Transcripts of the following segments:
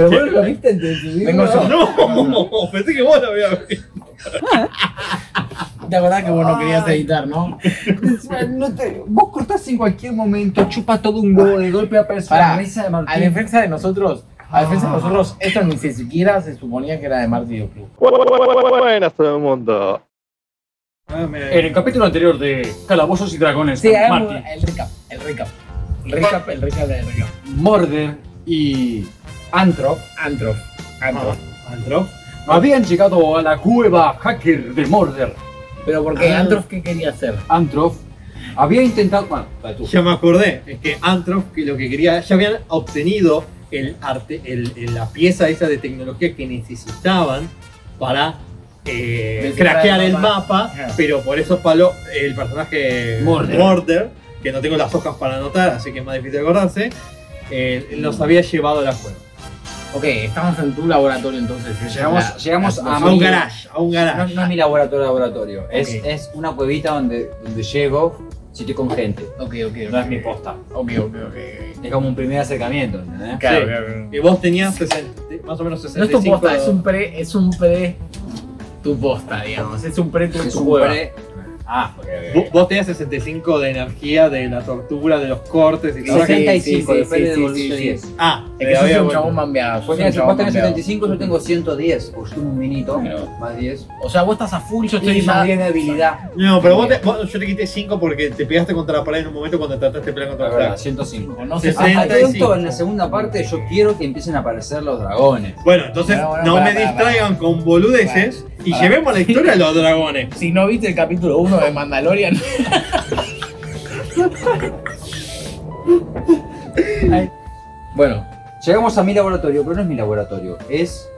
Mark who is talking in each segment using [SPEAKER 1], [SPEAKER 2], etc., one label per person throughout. [SPEAKER 1] Pero vos lo viste antes de subirlo.
[SPEAKER 2] Vengo yo.
[SPEAKER 3] No, pensé que vos la habías visto.
[SPEAKER 2] ¿Te acordás que vos no querías editar, no?
[SPEAKER 1] No te- vos cortás en cualquier momento, chupa todo un huevo de golpe a
[SPEAKER 2] Pará,
[SPEAKER 1] personaliza de
[SPEAKER 2] A
[SPEAKER 1] Martín.
[SPEAKER 2] defensa de nosotros, a defensa de nosotros, esto ni se siquiera se suponía que era de Marty Club.
[SPEAKER 4] Buenas todo el mundo.
[SPEAKER 5] En el capítulo anterior de Calabozos y Dragones,
[SPEAKER 2] Sí, hagamos
[SPEAKER 5] Marty,
[SPEAKER 2] el recap, el recap. El recap, el recap, el recap.
[SPEAKER 5] Morder y Antrop
[SPEAKER 2] Antro, antro.
[SPEAKER 3] ¿Andro?
[SPEAKER 5] habían llegado a la cueva hacker de Morder.
[SPEAKER 2] Pero porque
[SPEAKER 3] Ah.
[SPEAKER 2] Antro, ¿qué quería hacer?
[SPEAKER 5] Antrop había intentado. Bueno, para tú.
[SPEAKER 3] Ya me acordé, es que Antrof que lo que quería, ya habían obtenido el arte, el- el- la pieza esa de tecnología que necesitaban para eh,
[SPEAKER 2] Descifrar
[SPEAKER 3] craquear
[SPEAKER 2] el
[SPEAKER 3] el
[SPEAKER 2] mapa.
[SPEAKER 3] mapa,
[SPEAKER 2] Ajá.
[SPEAKER 3] pero por eso palo el personaje
[SPEAKER 5] Morder.
[SPEAKER 3] Morder, que no tengo las hojas para anotar, así que es más difícil acordarse, eh,
[SPEAKER 5] Mm.
[SPEAKER 3] nos había llevado a la cueva.
[SPEAKER 2] Ok, estamos en tu laboratorio entonces.
[SPEAKER 5] Llegamos- llegamos
[SPEAKER 3] A
[SPEAKER 5] Ah,
[SPEAKER 3] un
[SPEAKER 5] mira.
[SPEAKER 3] garage, a un
[SPEAKER 6] No,
[SPEAKER 3] garage.
[SPEAKER 6] no es mi laboratorio, laboratorio. Es,
[SPEAKER 2] Ok.
[SPEAKER 6] es una cuevita donde, donde llego si estoy con gente.
[SPEAKER 2] Ok, ok, ok.
[SPEAKER 6] No es mi posta.
[SPEAKER 2] Ok, ok, ok. ok.
[SPEAKER 6] Es como un primer acercamiento, ¿entendés?
[SPEAKER 2] Claro,
[SPEAKER 3] Sí.
[SPEAKER 2] claro, claro.
[SPEAKER 3] Y vos tenías 60, más o menos
[SPEAKER 2] No es tu
[SPEAKER 3] 65.
[SPEAKER 2] posta, es un pre, es un pre tu posta, digamos. Es un pre tu,
[SPEAKER 6] Es
[SPEAKER 2] tu
[SPEAKER 6] un
[SPEAKER 2] cueva.
[SPEAKER 6] pre... Ah, ok, ok.
[SPEAKER 3] Vos- Vos tenías 65 de energía, de la tortura, de los cortes y todo.
[SPEAKER 2] Sí, sí.
[SPEAKER 6] 65, depende
[SPEAKER 2] sí,
[SPEAKER 6] de
[SPEAKER 2] sí, sí.
[SPEAKER 6] 10.
[SPEAKER 3] Ah,
[SPEAKER 2] Es que sos un chabón mambeado. sos
[SPEAKER 6] Vos
[SPEAKER 2] un
[SPEAKER 6] tenés,
[SPEAKER 2] chabón
[SPEAKER 6] Pues vos tenés
[SPEAKER 2] mambeado.
[SPEAKER 6] 75, yo tengo 110. O yo tengo un minito, más 10.
[SPEAKER 2] O sea, vos estás a full, yo estoy
[SPEAKER 6] Y
[SPEAKER 2] ya-
[SPEAKER 6] más 10 de habilidad.
[SPEAKER 3] No, pero vos, te- vos- yo te quité 5 porque te pegaste contra la pared en un momento cuando trataste de pelear contra
[SPEAKER 6] La
[SPEAKER 3] la
[SPEAKER 6] verdad,
[SPEAKER 3] pared.
[SPEAKER 6] 105.
[SPEAKER 2] No sé,
[SPEAKER 3] Ah,
[SPEAKER 6] A a todo esto,
[SPEAKER 3] 75.
[SPEAKER 6] en la segunda parte, yo quiero que empiecen a aparecer los dragones.
[SPEAKER 3] Bueno, entonces
[SPEAKER 2] Bueno, bueno,
[SPEAKER 3] no
[SPEAKER 2] pará,
[SPEAKER 3] me
[SPEAKER 2] pará,
[SPEAKER 3] distraigan con boludeces y
[SPEAKER 2] Pará.
[SPEAKER 3] llevemos la historia a los dragones.
[SPEAKER 2] Si no viste el capítulo 1 de Mandalorian,
[SPEAKER 6] Bueno, llegamos a mi laboratorio, pero no es mi laboratorio. Es...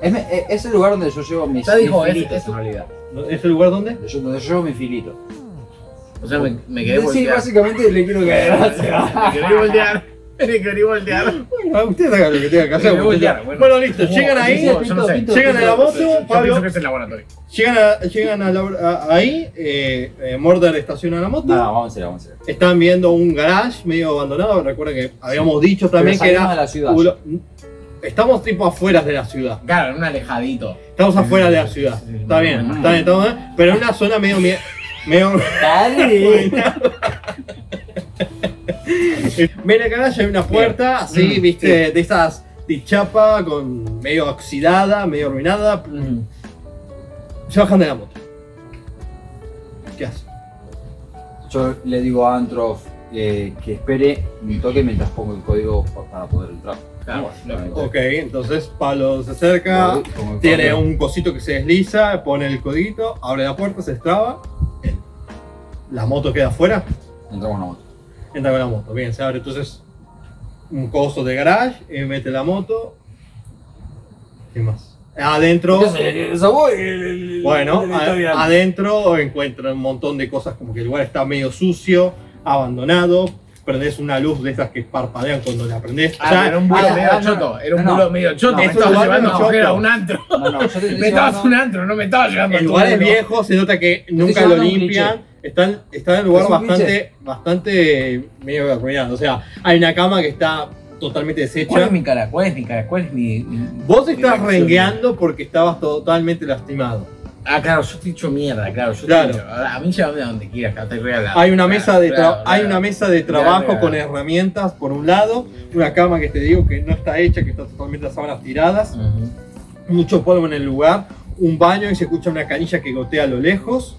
[SPEAKER 6] Es, me- e, es el lugar donde yo llevo mis,
[SPEAKER 2] ya dijo,
[SPEAKER 6] mis
[SPEAKER 2] es,
[SPEAKER 6] filitos,
[SPEAKER 2] es
[SPEAKER 6] en
[SPEAKER 2] un-
[SPEAKER 6] realidad.
[SPEAKER 3] ¿Es el lugar donde?
[SPEAKER 6] Donde yo- donde yo llevo mi filito.
[SPEAKER 2] O sea, me, me quedé
[SPEAKER 6] Sí,
[SPEAKER 2] voltear.
[SPEAKER 6] básicamente le quiero caer.
[SPEAKER 2] me quedé voltear. Me quedé voltear.
[SPEAKER 3] Bueno, ustedes hagan lo que tengan que
[SPEAKER 2] Me voy
[SPEAKER 3] hacer.
[SPEAKER 2] a
[SPEAKER 3] muchachos.
[SPEAKER 2] voltear, bueno.
[SPEAKER 3] Bueno, listo, llegan
[SPEAKER 2] Yo
[SPEAKER 3] ahí,
[SPEAKER 2] no sé, yo no sé.
[SPEAKER 6] Pinto,
[SPEAKER 3] llegan a la
[SPEAKER 2] Yo
[SPEAKER 3] moto,
[SPEAKER 2] pienso
[SPEAKER 3] Pablo,
[SPEAKER 2] que es el laboratorio.
[SPEAKER 3] llegan, a, llegan a la- a- ahí, eh, eh, Mordor estaciona la moto.
[SPEAKER 6] No, vamos a hacer, vamos a hacer.
[SPEAKER 3] Estaban viendo un garage medio abandonado. Recuerda que habíamos dicho también que
[SPEAKER 6] salimos
[SPEAKER 3] era.
[SPEAKER 6] de la ciudad.
[SPEAKER 3] culo- Estamos tipo afuera de la ciudad.
[SPEAKER 2] Claro, en un alejadito.
[SPEAKER 3] Estamos afuera de la ciudad. Está bien, está bien, estamos bien. Pero en una zona medio. mie- medio
[SPEAKER 6] Dale.
[SPEAKER 3] Ven acá, ya hay una puerta, así,
[SPEAKER 2] Mm,
[SPEAKER 3] viste, de esas de chapa, con medio oxidada, medio arruinada.
[SPEAKER 2] Mm.
[SPEAKER 3] Se bajan de la moto. ¿Qué hace?
[SPEAKER 6] Yo le digo a Antrof eh, que espere mi toque mientras pongo el código pa- para poder entrar.
[SPEAKER 2] Claro, lógico.
[SPEAKER 3] Ok, entonces Pablo se acerca,
[SPEAKER 6] Pongo el
[SPEAKER 3] tiene
[SPEAKER 6] código.
[SPEAKER 3] un cosito que se desliza, pone el codito, abre la puerta, se destraba. él. La moto queda afuera,
[SPEAKER 6] Entramos en la moto.
[SPEAKER 3] entra con la moto. Bien, se abre entonces un coso de garage, eh, mete la moto. ¿Qué más? Adentro. Bueno, a- adentro encuentran un montón de cosas como que el lugar está medio sucio, abandonado. Prendés una luz de esas que parpadean cuando la prendés.
[SPEAKER 2] Ah,
[SPEAKER 3] O sea,
[SPEAKER 2] pero era un bulo
[SPEAKER 6] ah,
[SPEAKER 2] medio
[SPEAKER 6] ah, no,
[SPEAKER 2] choto. Era un
[SPEAKER 6] no, no.
[SPEAKER 2] bulo medio choto.
[SPEAKER 6] No,
[SPEAKER 2] me
[SPEAKER 3] es un
[SPEAKER 2] estabas
[SPEAKER 3] lugar
[SPEAKER 2] llevando a
[SPEAKER 3] medio
[SPEAKER 2] coger a
[SPEAKER 3] choto.
[SPEAKER 2] un antro.
[SPEAKER 6] No, no, yo te estoy
[SPEAKER 2] Me estabas a un
[SPEAKER 6] llevando-
[SPEAKER 2] antro, no me estabas llevando
[SPEAKER 3] el
[SPEAKER 2] a tu
[SPEAKER 3] lugar es
[SPEAKER 2] bulo.
[SPEAKER 3] viejo, se nota que nunca
[SPEAKER 6] llevando
[SPEAKER 3] lo
[SPEAKER 6] un
[SPEAKER 3] limpian. Está, está en el lugar
[SPEAKER 6] Es un
[SPEAKER 3] bastante, bastante medio arruinado. O sea, hay una cama que está totalmente
[SPEAKER 2] ¿Cuál
[SPEAKER 3] deshecha.
[SPEAKER 2] es mi cara? ¿Cuál es mi cara? ¿Cuál es mi.? mi-
[SPEAKER 3] Vos
[SPEAKER 2] mi
[SPEAKER 3] estás
[SPEAKER 2] reacción?
[SPEAKER 3] rengueando porque estabas totalmente lastimado.
[SPEAKER 2] Ah, claro, yo estoy hecho mierda, claro. Yo
[SPEAKER 3] Claro.
[SPEAKER 2] Estoy hecho- a mí llámame a donde quieras, acá estoy regalado.
[SPEAKER 3] Hay una mesa de, tra-
[SPEAKER 2] Claro,
[SPEAKER 3] hay
[SPEAKER 2] claro.
[SPEAKER 3] una mesa de
[SPEAKER 2] Claro,
[SPEAKER 3] trabajo
[SPEAKER 2] claro.
[SPEAKER 3] con herramientas por un lado, una cama que te digo que no está hecha, que está totalmente las sábanas tiradas,
[SPEAKER 2] Ujú.
[SPEAKER 3] mucho polvo en el lugar, un baño y se escucha una canilla que gotea a lo lejos,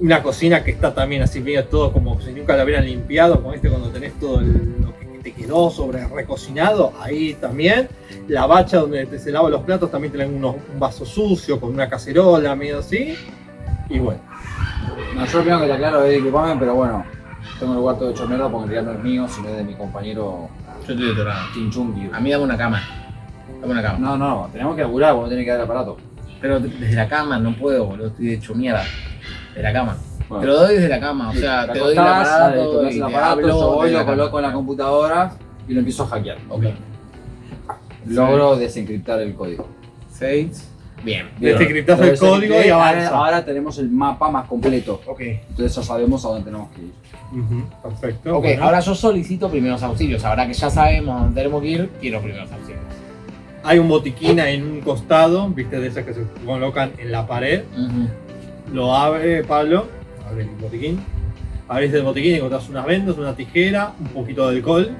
[SPEAKER 3] una cocina que está también así medio todo como si nunca la hubieran limpiado, con este cuando tenés todo el- lo que te quedó sobre recocinado, ahí también, la bacha donde te se lava los platos también tienen unos, un vaso sucio con una cacerola medio así, y bueno.
[SPEAKER 6] No, yo primero que te aclaro es disculpame, pero bueno, tengo el lugar todo hecho mierda porque en realidad no es mío, sino es de mi compañero
[SPEAKER 2] Yo estoy detonado.
[SPEAKER 6] Kinchungi.
[SPEAKER 3] Ah.
[SPEAKER 2] A mí dame una cama. Dame una cama.
[SPEAKER 6] No, no, tenemos que laburar, vos me tenés que dar el aparato.
[SPEAKER 2] Pero desde la cama no puedo, boludo. Estoy hecho mierda. De la cama.
[SPEAKER 6] Bueno.
[SPEAKER 2] Te lo doy desde la cama. O sea, te, doy el
[SPEAKER 6] acostás, dale,
[SPEAKER 2] aparato.
[SPEAKER 6] tocas
[SPEAKER 2] y
[SPEAKER 6] el
[SPEAKER 2] te
[SPEAKER 6] aparato,
[SPEAKER 2] hablo
[SPEAKER 6] yo voy,
[SPEAKER 2] desde
[SPEAKER 6] lo
[SPEAKER 2] la cama.
[SPEAKER 6] coloco en la computadora y lo empiezo a hackear.
[SPEAKER 2] Ok.
[SPEAKER 6] Logro desencriptar el código.
[SPEAKER 2] Seis. Bien.
[SPEAKER 3] Desencriptás
[SPEAKER 6] Lo
[SPEAKER 3] el
[SPEAKER 6] desencripté,
[SPEAKER 3] código y
[SPEAKER 6] ahora-
[SPEAKER 3] avanza.
[SPEAKER 6] Ahora tenemos el mapa más completo.
[SPEAKER 2] Ok.
[SPEAKER 6] Entonces ya sabemos a dónde tenemos que ir.
[SPEAKER 3] Ujú, Perfecto.
[SPEAKER 2] Ok,
[SPEAKER 3] bueno.
[SPEAKER 2] ahora yo solicito primeros auxilios. Ahora que ya sabemos dónde tenemos que ir, quiero primeros auxilios.
[SPEAKER 3] Hay un botiquina en un costado, viste, de esas que se colocan en la pared. Lo abre Pablo, abre el botiquín. Abrís el botiquín y encontrás unas vendas, una tijera, un poquito de alcohol.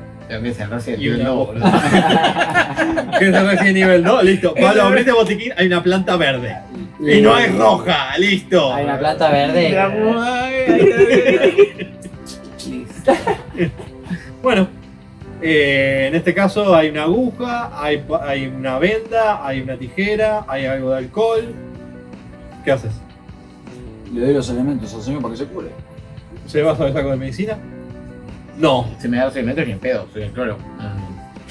[SPEAKER 3] Y una
[SPEAKER 2] boludo.
[SPEAKER 3] Que es recién nivel 2, listo. Pablo, abriste el botiquín, hay una planta verde. Y no es roja, listo.
[SPEAKER 7] Hay una planta verde.
[SPEAKER 3] Bueno, eh, en este caso hay una aguja, hay, pa- hay una venda, hay una tijera, hay algo de alcohol. ¿Qué haces?
[SPEAKER 6] Le doy los elementos al señor para que se cure.
[SPEAKER 3] ¿Llevas el saco de medicina? No.
[SPEAKER 2] Se me da los elementos ni en pedo, soy el cloro. Ah,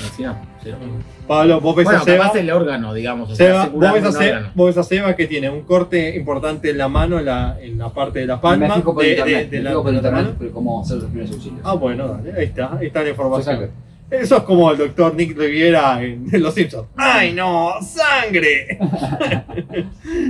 [SPEAKER 2] encima, cero.
[SPEAKER 3] Pablo, vos ves
[SPEAKER 2] Bueno,
[SPEAKER 3] a Pues Seba.
[SPEAKER 2] capaz el órgano, digamos. o sea,
[SPEAKER 3] Seba,
[SPEAKER 2] se
[SPEAKER 3] vos,
[SPEAKER 2] cura
[SPEAKER 3] ves a
[SPEAKER 2] un
[SPEAKER 3] Se-
[SPEAKER 2] órgano.
[SPEAKER 3] vos ves a Seba que tiene un corte importante en la mano, en la, en la parte de la
[SPEAKER 6] me
[SPEAKER 3] palma.
[SPEAKER 6] fijo por
[SPEAKER 3] de- de-
[SPEAKER 6] internet,
[SPEAKER 3] de
[SPEAKER 6] me
[SPEAKER 3] la-
[SPEAKER 6] fijo por
[SPEAKER 3] de la
[SPEAKER 6] internet,
[SPEAKER 3] mano.
[SPEAKER 6] pero cómo hacer los primeros auxilios.
[SPEAKER 3] Ah, bueno, dale, ahí está, ahí está la
[SPEAKER 6] Soy
[SPEAKER 3] información.
[SPEAKER 6] hacker.
[SPEAKER 3] Eso es como el doctor Nick Riviera en, en Los Simpsons. ¡Ay, no! ¡Sangre!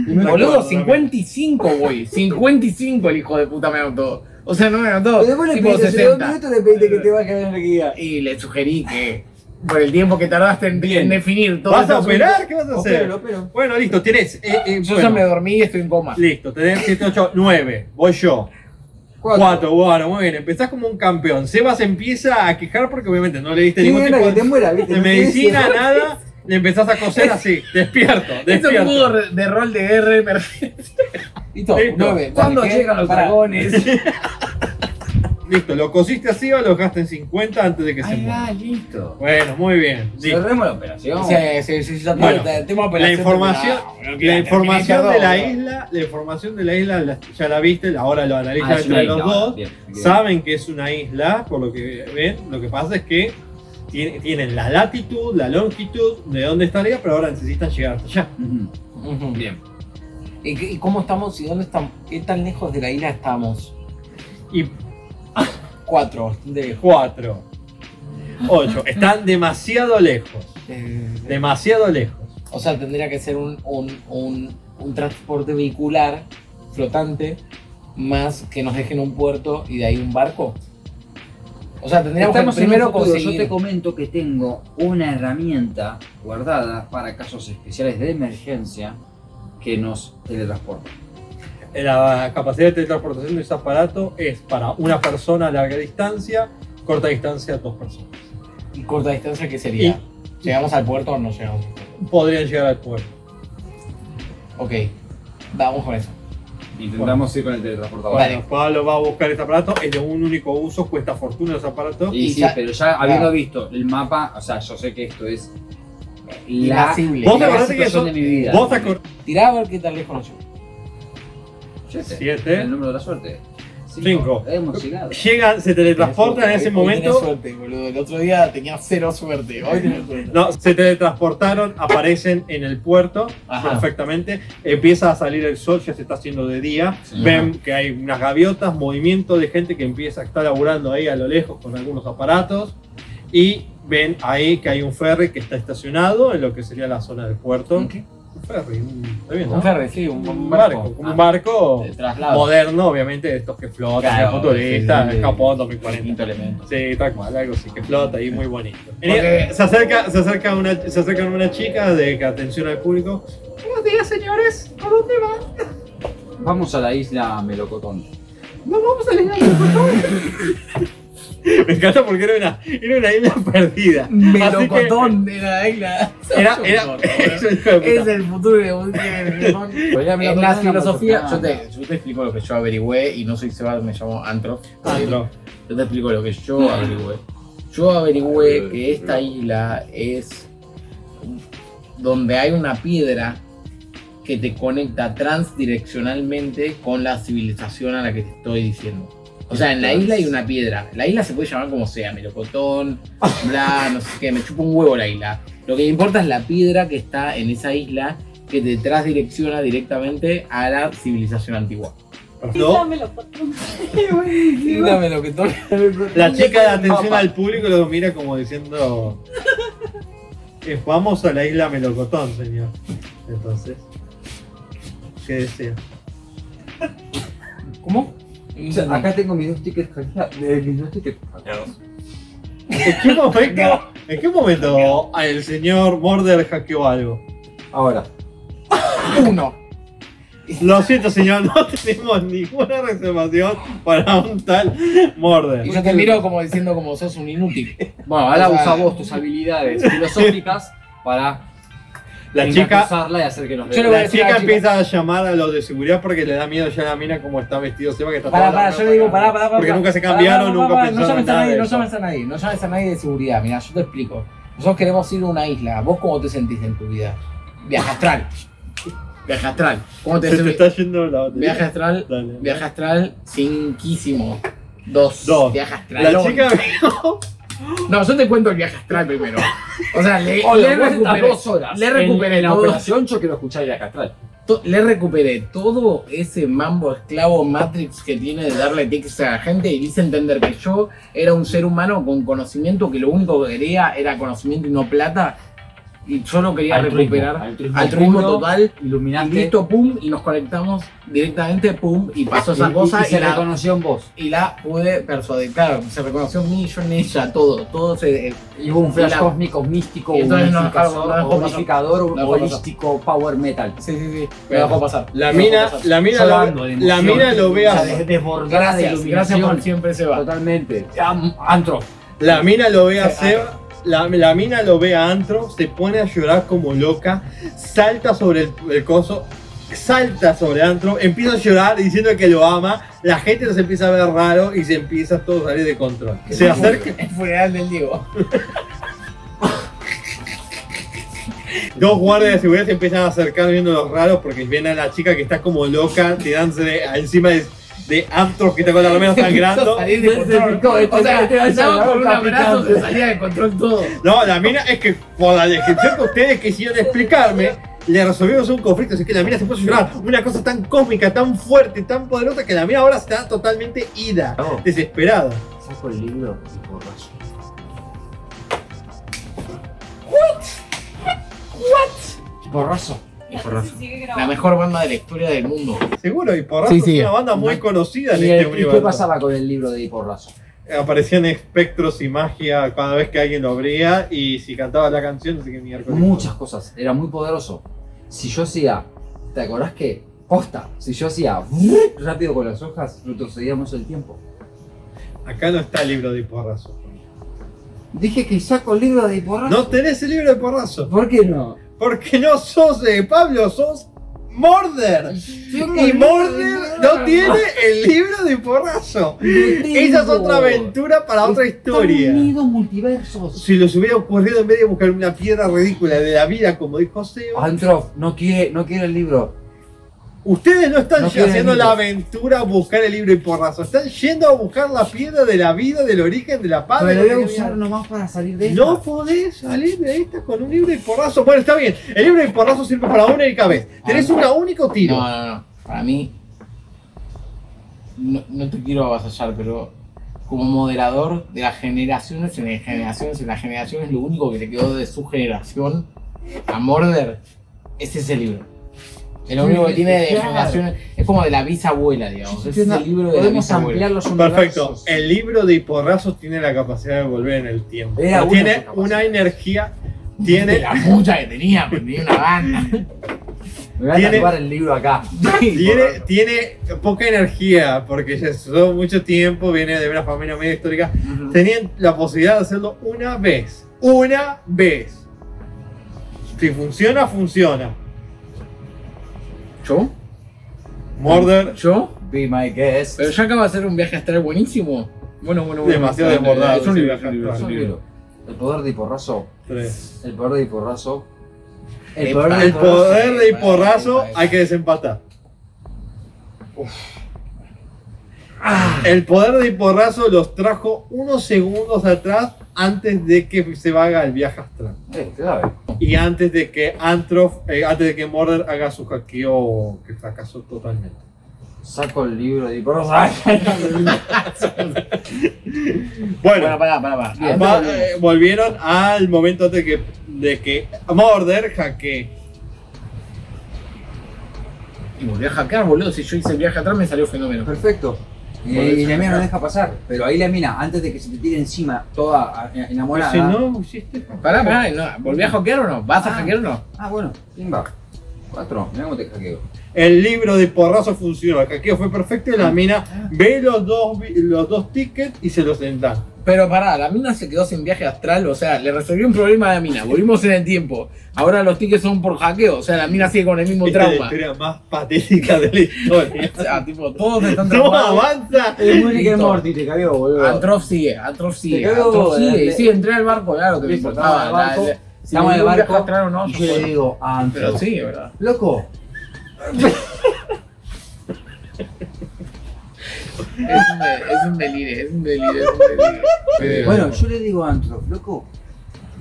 [SPEAKER 2] Boludo,
[SPEAKER 3] Acuerdo,
[SPEAKER 2] 55, güey. 55 el hijo de puta me anotó. O sea, no me anotó.
[SPEAKER 6] Pero después le
[SPEAKER 2] tipo
[SPEAKER 6] pediste, si dos
[SPEAKER 2] 60.
[SPEAKER 6] minutos le pediste que te baje la energía.
[SPEAKER 2] Y le sugerí que por el tiempo que tardaste en,
[SPEAKER 6] Bien.
[SPEAKER 2] en definir todo.
[SPEAKER 3] ¿Vas
[SPEAKER 2] ese
[SPEAKER 3] a
[SPEAKER 2] asunto-
[SPEAKER 3] operar? ¿Qué vas a hacer?
[SPEAKER 6] Opero, opero.
[SPEAKER 3] Bueno, listo, tenés. eh, eh,
[SPEAKER 2] Yo ya
[SPEAKER 3] bueno,
[SPEAKER 2] me dormí y estoy en coma.
[SPEAKER 3] Listo, tenés 7, 8, 9. Voy yo. 4, bueno, muy bien. Empezás como un campeón. Sebas empieza a quejar porque obviamente no le diste
[SPEAKER 6] Sí,
[SPEAKER 3] ningún
[SPEAKER 6] era
[SPEAKER 3] tipo
[SPEAKER 6] que te
[SPEAKER 3] de,
[SPEAKER 6] muera, ¿viste?
[SPEAKER 3] de
[SPEAKER 6] No te
[SPEAKER 3] medicina,
[SPEAKER 6] decía.
[SPEAKER 3] nada. Le empezás a coser así. Despierto,
[SPEAKER 2] Esto es un juego
[SPEAKER 3] despierto.
[SPEAKER 2] re- de rol de guerra emergente.
[SPEAKER 6] Listo,
[SPEAKER 3] Listo.
[SPEAKER 6] nueve.
[SPEAKER 2] ¿Cuándo
[SPEAKER 6] Dale, ¿qué?
[SPEAKER 2] llegan los
[SPEAKER 6] Pará.
[SPEAKER 2] dragones?
[SPEAKER 3] Listo, lo cosiste así o lo dejaste en 50 antes de que se muera.
[SPEAKER 2] listo.
[SPEAKER 3] Bueno, muy bien. listo.
[SPEAKER 6] Cerremos la operación.
[SPEAKER 7] Sí, sí, sí, ya
[SPEAKER 3] Bueno,
[SPEAKER 7] está, el tema de
[SPEAKER 3] La
[SPEAKER 7] operación
[SPEAKER 3] información,
[SPEAKER 7] terminado.
[SPEAKER 3] la información
[SPEAKER 2] terminé
[SPEAKER 3] de la
[SPEAKER 2] todo.
[SPEAKER 3] isla, la información de la isla la- ya la viste, ahora lo analizan
[SPEAKER 6] Ah, es una
[SPEAKER 3] entre los
[SPEAKER 6] isla ahora.
[SPEAKER 3] dos.
[SPEAKER 6] Bien, bien.
[SPEAKER 3] Saben que es una isla, por lo que ven, lo que pasa es que tiene- tienen la latitud, la longitud de dónde está la isla, pero ahora necesitan llegar hasta allá.
[SPEAKER 6] Ujú.
[SPEAKER 7] Ujú.
[SPEAKER 6] Bien.
[SPEAKER 7] ¿Y, qué- y cómo estamos? ¿Y dónde estamos? ¿Qué tan lejos de la isla estamos?
[SPEAKER 3] Y
[SPEAKER 7] Cuatro, bastante lejos.
[SPEAKER 3] cuatro, ocho, están demasiado lejos,
[SPEAKER 7] Eh,
[SPEAKER 3] demasiado lejos.
[SPEAKER 7] O sea, tendría que ser un, un, un, un transporte vehicular flotante más que nos dejen un puerto y de ahí un barco. O sea, tendríamos
[SPEAKER 6] Estamos
[SPEAKER 7] que
[SPEAKER 6] en primero
[SPEAKER 7] primero
[SPEAKER 6] futuro. Yo
[SPEAKER 7] conseguir.
[SPEAKER 6] te comento que tengo una herramienta guardada para casos especiales de emergencia que nos teletransporta.
[SPEAKER 3] La capacidad de teletransportación de este aparato es para una persona a larga distancia, corta distancia a dos personas.
[SPEAKER 7] ¿Y corta distancia qué sería? ¿Llegamos al puerto o no llegamos? al puerto?
[SPEAKER 3] Podrían llegar al puerto.
[SPEAKER 7] Ok, vamos con eso.
[SPEAKER 6] Intentamos ir con el teletransportador.
[SPEAKER 7] Vale.
[SPEAKER 3] Bueno, Pablo va a buscar este aparato, es de un único uso, cuesta fortuna ese aparato.
[SPEAKER 6] Y
[SPEAKER 7] Y
[SPEAKER 6] sí,
[SPEAKER 7] ya-
[SPEAKER 6] pero ya habiendo visto el mapa, o sea, yo sé que esto es la,
[SPEAKER 7] Inasible.
[SPEAKER 3] ¿Vos te
[SPEAKER 6] la
[SPEAKER 3] acordás de que
[SPEAKER 6] situación
[SPEAKER 3] eso-
[SPEAKER 6] de mi vida.
[SPEAKER 3] Vos acordás
[SPEAKER 7] Tirá a ver qué tan lejos nos lleva.
[SPEAKER 6] Siete.
[SPEAKER 3] Siete.
[SPEAKER 6] El número de la suerte.
[SPEAKER 3] Cinco.
[SPEAKER 6] Hemos llegado.
[SPEAKER 3] Llegan, se teletransportan en ese
[SPEAKER 7] Hoy- hoy tenés
[SPEAKER 3] momento.
[SPEAKER 7] suerte, boludo. El otro día tenía cero suerte. Hoy tenés suerte.
[SPEAKER 3] No, se teletransportaron, aparecen en el puerto
[SPEAKER 7] Ajá.
[SPEAKER 3] perfectamente. Empieza a salir el sol, ya se está haciendo de día. Ven que hay unas gaviotas, movimiento de gente que empieza a estar laburando ahí a lo lejos con algunos aparatos. Y ven ahí que hay un ferry que está estacionado en lo que sería la zona del puerto.
[SPEAKER 6] ¿Un qué?
[SPEAKER 3] Un ferry, un, está bien,
[SPEAKER 7] Un
[SPEAKER 3] ¿no?
[SPEAKER 7] ferry, sí, un,
[SPEAKER 3] Un
[SPEAKER 7] un
[SPEAKER 3] barco,
[SPEAKER 7] barco. Ah.
[SPEAKER 3] como un barco
[SPEAKER 2] De traslado.
[SPEAKER 3] moderno, obviamente, de estos que flotan,
[SPEAKER 2] Claro,
[SPEAKER 3] de futurista,
[SPEAKER 2] sí, sí, sí.
[SPEAKER 3] Japón 2040.
[SPEAKER 2] Quinto elemento.
[SPEAKER 3] Sí, tal cual, algo así que flota y muy bonito.
[SPEAKER 2] Porque-
[SPEAKER 3] Se acerca, se acerca una, se acerca una chica de que atención al público. Buenos días, señores. ¿A dónde van?
[SPEAKER 6] Vamos a la isla Melocotón.
[SPEAKER 3] No vamos a la isla de Melocotón. Me encanta porque era una, era una isla perdida.
[SPEAKER 2] Melocotón de la isla.
[SPEAKER 3] Era, era, es un hijo de puta.
[SPEAKER 2] Es el futuro de un
[SPEAKER 6] Eh,
[SPEAKER 2] En la filosofía, yo te, yo te explico lo que yo averigüé y no soy Seba, me llamo Antro.
[SPEAKER 3] Ah, no.
[SPEAKER 2] Yo te explico lo que yo averigüé. Yo averigüé que esta isla es donde hay una piedra que te conecta transdireccionalmente con la civilización a la que te estoy diciendo. O sea, en la isla hay una piedra. La isla se puede llamar como sea, melocotón, bla, no sé qué, me chupa un huevo la isla. Lo que importa es la piedra que está en esa isla que te transdirecciona directamente a la civilización antigua.
[SPEAKER 3] No,
[SPEAKER 7] Dame lo que toca.
[SPEAKER 3] La chica de atención al público lo mira como diciendo. "Eh, Vamos a la isla Melocotón, señor. Entonces. ¿Qué desea?
[SPEAKER 7] ¿Cómo?
[SPEAKER 6] O sea, acá tengo mis dos tickets hackeados. eh, mis dos tickets
[SPEAKER 3] ¿En qué momento? ¿En qué momento el señor Morder hackeó algo?
[SPEAKER 8] Ahora,
[SPEAKER 7] Uno.
[SPEAKER 3] Lo siento, señor, no tenemos ninguna reservación para un tal
[SPEAKER 7] Y
[SPEAKER 3] Morder.
[SPEAKER 7] yo te miro como diciendo como sos un inútil.
[SPEAKER 6] Bueno, ahora
[SPEAKER 7] O sea-
[SPEAKER 6] usa vos tus habilidades filosóficas para
[SPEAKER 3] La chica,
[SPEAKER 6] usarla y hacer que nos
[SPEAKER 7] Yo le
[SPEAKER 6] dé.
[SPEAKER 7] voy a
[SPEAKER 3] la
[SPEAKER 7] decir a la
[SPEAKER 3] chica
[SPEAKER 7] chica.
[SPEAKER 3] empieza a llamar a los de seguridad porque le da miedo ya la mina como está vestido Seba que está
[SPEAKER 7] Pará,
[SPEAKER 3] toda la
[SPEAKER 7] pará,
[SPEAKER 3] mano
[SPEAKER 7] yo le digo,
[SPEAKER 3] sacada.
[SPEAKER 7] pará, pará, pará.
[SPEAKER 3] Porque
[SPEAKER 7] pará.
[SPEAKER 3] nunca se
[SPEAKER 7] Pará,
[SPEAKER 3] cambiaron,
[SPEAKER 7] pará,
[SPEAKER 3] nunca
[SPEAKER 7] pará,
[SPEAKER 3] pensaron
[SPEAKER 7] No llames a
[SPEAKER 3] nada de
[SPEAKER 7] nadie, no
[SPEAKER 3] eso.
[SPEAKER 7] llames a nadie, no llames a nadie de seguridad. Mira, yo te explico. Nosotros queremos ir a una isla. ¿Vos cómo te sentís en tu vida? Viaje astral.
[SPEAKER 2] Viaje astral. ¿Cómo te
[SPEAKER 3] Se te
[SPEAKER 2] dice?
[SPEAKER 3] está yendo la batería.
[SPEAKER 2] Viaje astral.
[SPEAKER 3] Dale.
[SPEAKER 2] Viaje astral cinquísimo. Dos.
[SPEAKER 3] Dos.
[SPEAKER 2] Viaje astral.
[SPEAKER 3] La chica
[SPEAKER 2] No, yo te cuento el viaje astral primero. O sea, le, le
[SPEAKER 6] Hola, vos estás
[SPEAKER 2] recuperé,
[SPEAKER 6] dos horas.
[SPEAKER 2] le recuperé
[SPEAKER 6] en, la
[SPEAKER 2] todo.
[SPEAKER 6] operación, yo quiero escuchar el Acastral.
[SPEAKER 2] to- le recuperé todo ese mambo esclavo Matrix que tiene de darle tics a la gente y dice entender que yo era un ser humano con conocimiento que lo único que quería era conocimiento y no plata. Y yo lo quería recuperar.
[SPEAKER 6] altruismo,
[SPEAKER 2] Altruismo
[SPEAKER 6] puro,
[SPEAKER 2] total. Y
[SPEAKER 6] Iluminaste.
[SPEAKER 2] listo, pum, y nos conectamos directamente, pum, y pasó esa
[SPEAKER 6] y-
[SPEAKER 2] cosa
[SPEAKER 6] y se
[SPEAKER 2] y la-
[SPEAKER 6] reconoció en vos.
[SPEAKER 2] y la pude persuadir. Claro, se reconoció en mí, yo en ella, todo, todo se... eh,
[SPEAKER 6] Y hubo un flash
[SPEAKER 2] Y la-
[SPEAKER 6] cósmico, místico,
[SPEAKER 2] Y entonces no,
[SPEAKER 6] unificador,
[SPEAKER 2] no dejó pasar.
[SPEAKER 6] unificador,
[SPEAKER 2] dejó pasar.
[SPEAKER 6] holístico, power metal.
[SPEAKER 2] Sí, sí, sí, me dejó pasar.
[SPEAKER 3] La
[SPEAKER 2] Me dejó
[SPEAKER 3] mina,
[SPEAKER 2] pasar.
[SPEAKER 3] la mina,
[SPEAKER 6] Llorando
[SPEAKER 3] lo,
[SPEAKER 6] de
[SPEAKER 3] la
[SPEAKER 6] emoción.
[SPEAKER 3] mina lo ve
[SPEAKER 6] O sea,
[SPEAKER 3] a,
[SPEAKER 6] de- desbordada de
[SPEAKER 2] Gracias, gracias
[SPEAKER 6] iluminación.
[SPEAKER 2] por siempre se va.
[SPEAKER 6] Totalmente. Am- Antro.
[SPEAKER 3] la mina lo ve
[SPEAKER 2] Sí,
[SPEAKER 3] a
[SPEAKER 2] ah,
[SPEAKER 3] Seba, la, la mina lo ve a Antro, se pone a llorar como loca, salta sobre el, el coso, salta sobre Antro, empieza a llorar diciendo que lo ama, la gente los empieza a ver raro y se empieza todo a salir de control. Se acerca,
[SPEAKER 7] El funeral del Diego.
[SPEAKER 3] dos guardias de seguridad se empiezan a acercar viendo los raros porque ven a la chica que está como loca tirándose de- encima de, de Antro que está con la remera sangrando.
[SPEAKER 7] Salir de control.
[SPEAKER 2] O sea, andaba con un abrazo, se
[SPEAKER 6] Capitán.
[SPEAKER 2] salía de control todo.
[SPEAKER 3] No, la mina es que por la descripción que ustedes quisieron explicarme, le resolvimos un conflicto, así que la mina se puso a llorar. Una cosa tan cómica, tan fuerte, tan poderosa que la mina ahora está totalmente ida,
[SPEAKER 6] No.
[SPEAKER 3] desesperada.
[SPEAKER 6] Saco el libro y borracho. What? What? Borrazo.
[SPEAKER 2] La mejor banda de lectura del mundo.
[SPEAKER 3] Seguro, y por
[SPEAKER 2] Sí,
[SPEAKER 3] es
[SPEAKER 2] sí.
[SPEAKER 3] una banda muy conocida
[SPEAKER 6] ¿Y,
[SPEAKER 3] en este
[SPEAKER 6] el- y qué
[SPEAKER 3] universo.
[SPEAKER 6] pasaba con el libro de Porrazo?
[SPEAKER 3] Aparecían espectros y magia cada vez que alguien lo abría y si cantaba la canción, no sé qué miércoles.
[SPEAKER 6] Muchas
[SPEAKER 3] cosas.
[SPEAKER 6] cosas, era muy poderoso. Si yo hacía, ¿te acordás que? Posta, si yo hacía ¡vrr! rápido con las hojas, retrocedíamos el tiempo.
[SPEAKER 3] Acá no está el libro de porrazo.
[SPEAKER 6] Dije que saco el libro de Porrazo.
[SPEAKER 3] No tenés el libro de porrazo.
[SPEAKER 6] ¿Por qué no?
[SPEAKER 3] Porque no sos de Pablo, sos Morder. Y Morder no tiene el libro de porrazo. Esa es otra aventura para otra historia.
[SPEAKER 6] Unidos multiversos.
[SPEAKER 3] Si los hubiera ocurrido en vez de buscar una piedra ridícula de la vida, como dijo Seo,
[SPEAKER 6] Antrof, no quiere, no quiere el libro.
[SPEAKER 3] ustedes no están
[SPEAKER 6] No quieren
[SPEAKER 3] haciendo
[SPEAKER 6] libro.
[SPEAKER 3] la aventura a buscar el libro de porrazo. Están yendo a buscar la piedra de la vida, del origen, de la paz.
[SPEAKER 6] Pero
[SPEAKER 3] Ah,
[SPEAKER 6] lo
[SPEAKER 3] de la
[SPEAKER 6] voy a
[SPEAKER 3] vida.
[SPEAKER 6] usar nomás para salir de
[SPEAKER 3] No
[SPEAKER 6] esta.
[SPEAKER 3] podés salir de esta con un libro de porrazo. Bueno, está bien. El libro de porrazo sirve para una única vez. Tenés un único tiro.
[SPEAKER 2] No, no, no. Para mí. No, no te quiero avasallar, pero como moderador de las generaciones en las generaciones en las generaciones, lo único que le quedó de su generación a Morder es ese libro. Es lo único que tiene de
[SPEAKER 6] Claro.
[SPEAKER 2] generaciones. Es como de la bisabuela, digamos. Es
[SPEAKER 6] este
[SPEAKER 2] el libro de la
[SPEAKER 6] Podemos
[SPEAKER 2] bisabuela.
[SPEAKER 6] ampliar los
[SPEAKER 3] Perfecto.
[SPEAKER 6] universos.
[SPEAKER 3] El libro de porrazo tiene la capacidad de volver en el tiempo.
[SPEAKER 6] Era una
[SPEAKER 3] tiene
[SPEAKER 6] sola
[SPEAKER 3] una energía.
[SPEAKER 2] De
[SPEAKER 3] Tiene.
[SPEAKER 2] la mucha que tenía, porque tenía una gana.
[SPEAKER 6] Me voy a
[SPEAKER 3] tiene-
[SPEAKER 6] tatuar el libro acá.
[SPEAKER 3] Tiene, tiene poca energía porque ya estuvo mucho tiempo, viene de una familia medio histórica. Tenían la posibilidad de hacerlo una vez. Una vez. Si funciona, funciona.
[SPEAKER 2] ¿Yo?
[SPEAKER 3] Morder,
[SPEAKER 2] ¿Yo?
[SPEAKER 6] Be my guest.
[SPEAKER 2] Pero yo acabo de hacer un viaje astral buenísimo. Bueno, bueno, bueno.
[SPEAKER 3] Demasiado desbordado
[SPEAKER 2] Es un
[SPEAKER 3] ese
[SPEAKER 2] libro, es un
[SPEAKER 3] viaje
[SPEAKER 2] libro, es un
[SPEAKER 3] astral.
[SPEAKER 2] libro.
[SPEAKER 6] El poder de porrazo.
[SPEAKER 3] tres.
[SPEAKER 6] El poder de porrazo.
[SPEAKER 2] El
[SPEAKER 6] de
[SPEAKER 3] El
[SPEAKER 6] porrazo.
[SPEAKER 3] poder de porrazo hay que desempatar. El poder de porrazo los trajo unos segundos atrás antes de que se haga el viaje astral.
[SPEAKER 6] Es clave.
[SPEAKER 3] Y antes de que Antrof, eh, antes de que Morder haga su hackeo que fracasó totalmente.
[SPEAKER 6] Saco el libro de porrazo. Ah,
[SPEAKER 2] Bueno,
[SPEAKER 3] Bueno,
[SPEAKER 2] pará, pará, pará.
[SPEAKER 3] va- eh, volvieron al momento antes de que, de que Morder hackee.
[SPEAKER 2] Ah. Y volví a hackear, boludo. Si yo hice el viaje atrás me salió fenómeno.
[SPEAKER 8] perfecto.
[SPEAKER 6] Y, y la mina no deja pasar. Pero ahí la mina, antes de que se te tire encima toda a- enamorada.
[SPEAKER 3] Si no, hiciste.
[SPEAKER 2] Pará, pará, no, ¿volví a hackear o no? ¿Vas a hackear o no?
[SPEAKER 6] Ah, bueno, va? Cuatro, mirá cómo te hackeo.
[SPEAKER 3] El libro de porrazo funcionó, el hackeo fue perfecto y la mina ve los dos, vi- los dos tickets y se los da.
[SPEAKER 2] Pero pará, la mina se quedó sin viaje astral, o sea, le resolvió un problema a la mina, volvimos en el tiempo. Ahora los tickets son por hackeo, o sea, la mina sigue con el mismo
[SPEAKER 3] Esta es la
[SPEAKER 2] trauma.
[SPEAKER 3] historia más patética de la historia.
[SPEAKER 2] O sea, tipo, todos están
[SPEAKER 3] no
[SPEAKER 2] traumados.
[SPEAKER 3] avanza.
[SPEAKER 6] Es muy
[SPEAKER 2] Rick and
[SPEAKER 6] Morty, te cagó, boludo.
[SPEAKER 2] Antrov sigue, Antrov sigue,
[SPEAKER 6] Te cago,
[SPEAKER 2] Antrov sigue.
[SPEAKER 6] adelante.
[SPEAKER 2] Y sí, entré al barco, claro que me
[SPEAKER 6] Listo,
[SPEAKER 2] importaba.
[SPEAKER 6] estamos en el
[SPEAKER 2] la- la-
[SPEAKER 6] barco,
[SPEAKER 2] si
[SPEAKER 6] estamos en el
[SPEAKER 2] un viaje
[SPEAKER 6] barco,
[SPEAKER 2] astral o no,
[SPEAKER 6] Y
[SPEAKER 2] yo
[SPEAKER 6] yo le
[SPEAKER 2] puedo.
[SPEAKER 6] digo, ah,
[SPEAKER 2] Pero sí, ¿verdad?
[SPEAKER 6] loco,
[SPEAKER 2] Es un, de- es un delirio, es un delirio, es un delirio. Eh,
[SPEAKER 6] Bueno, yo le digo a Antro, loco,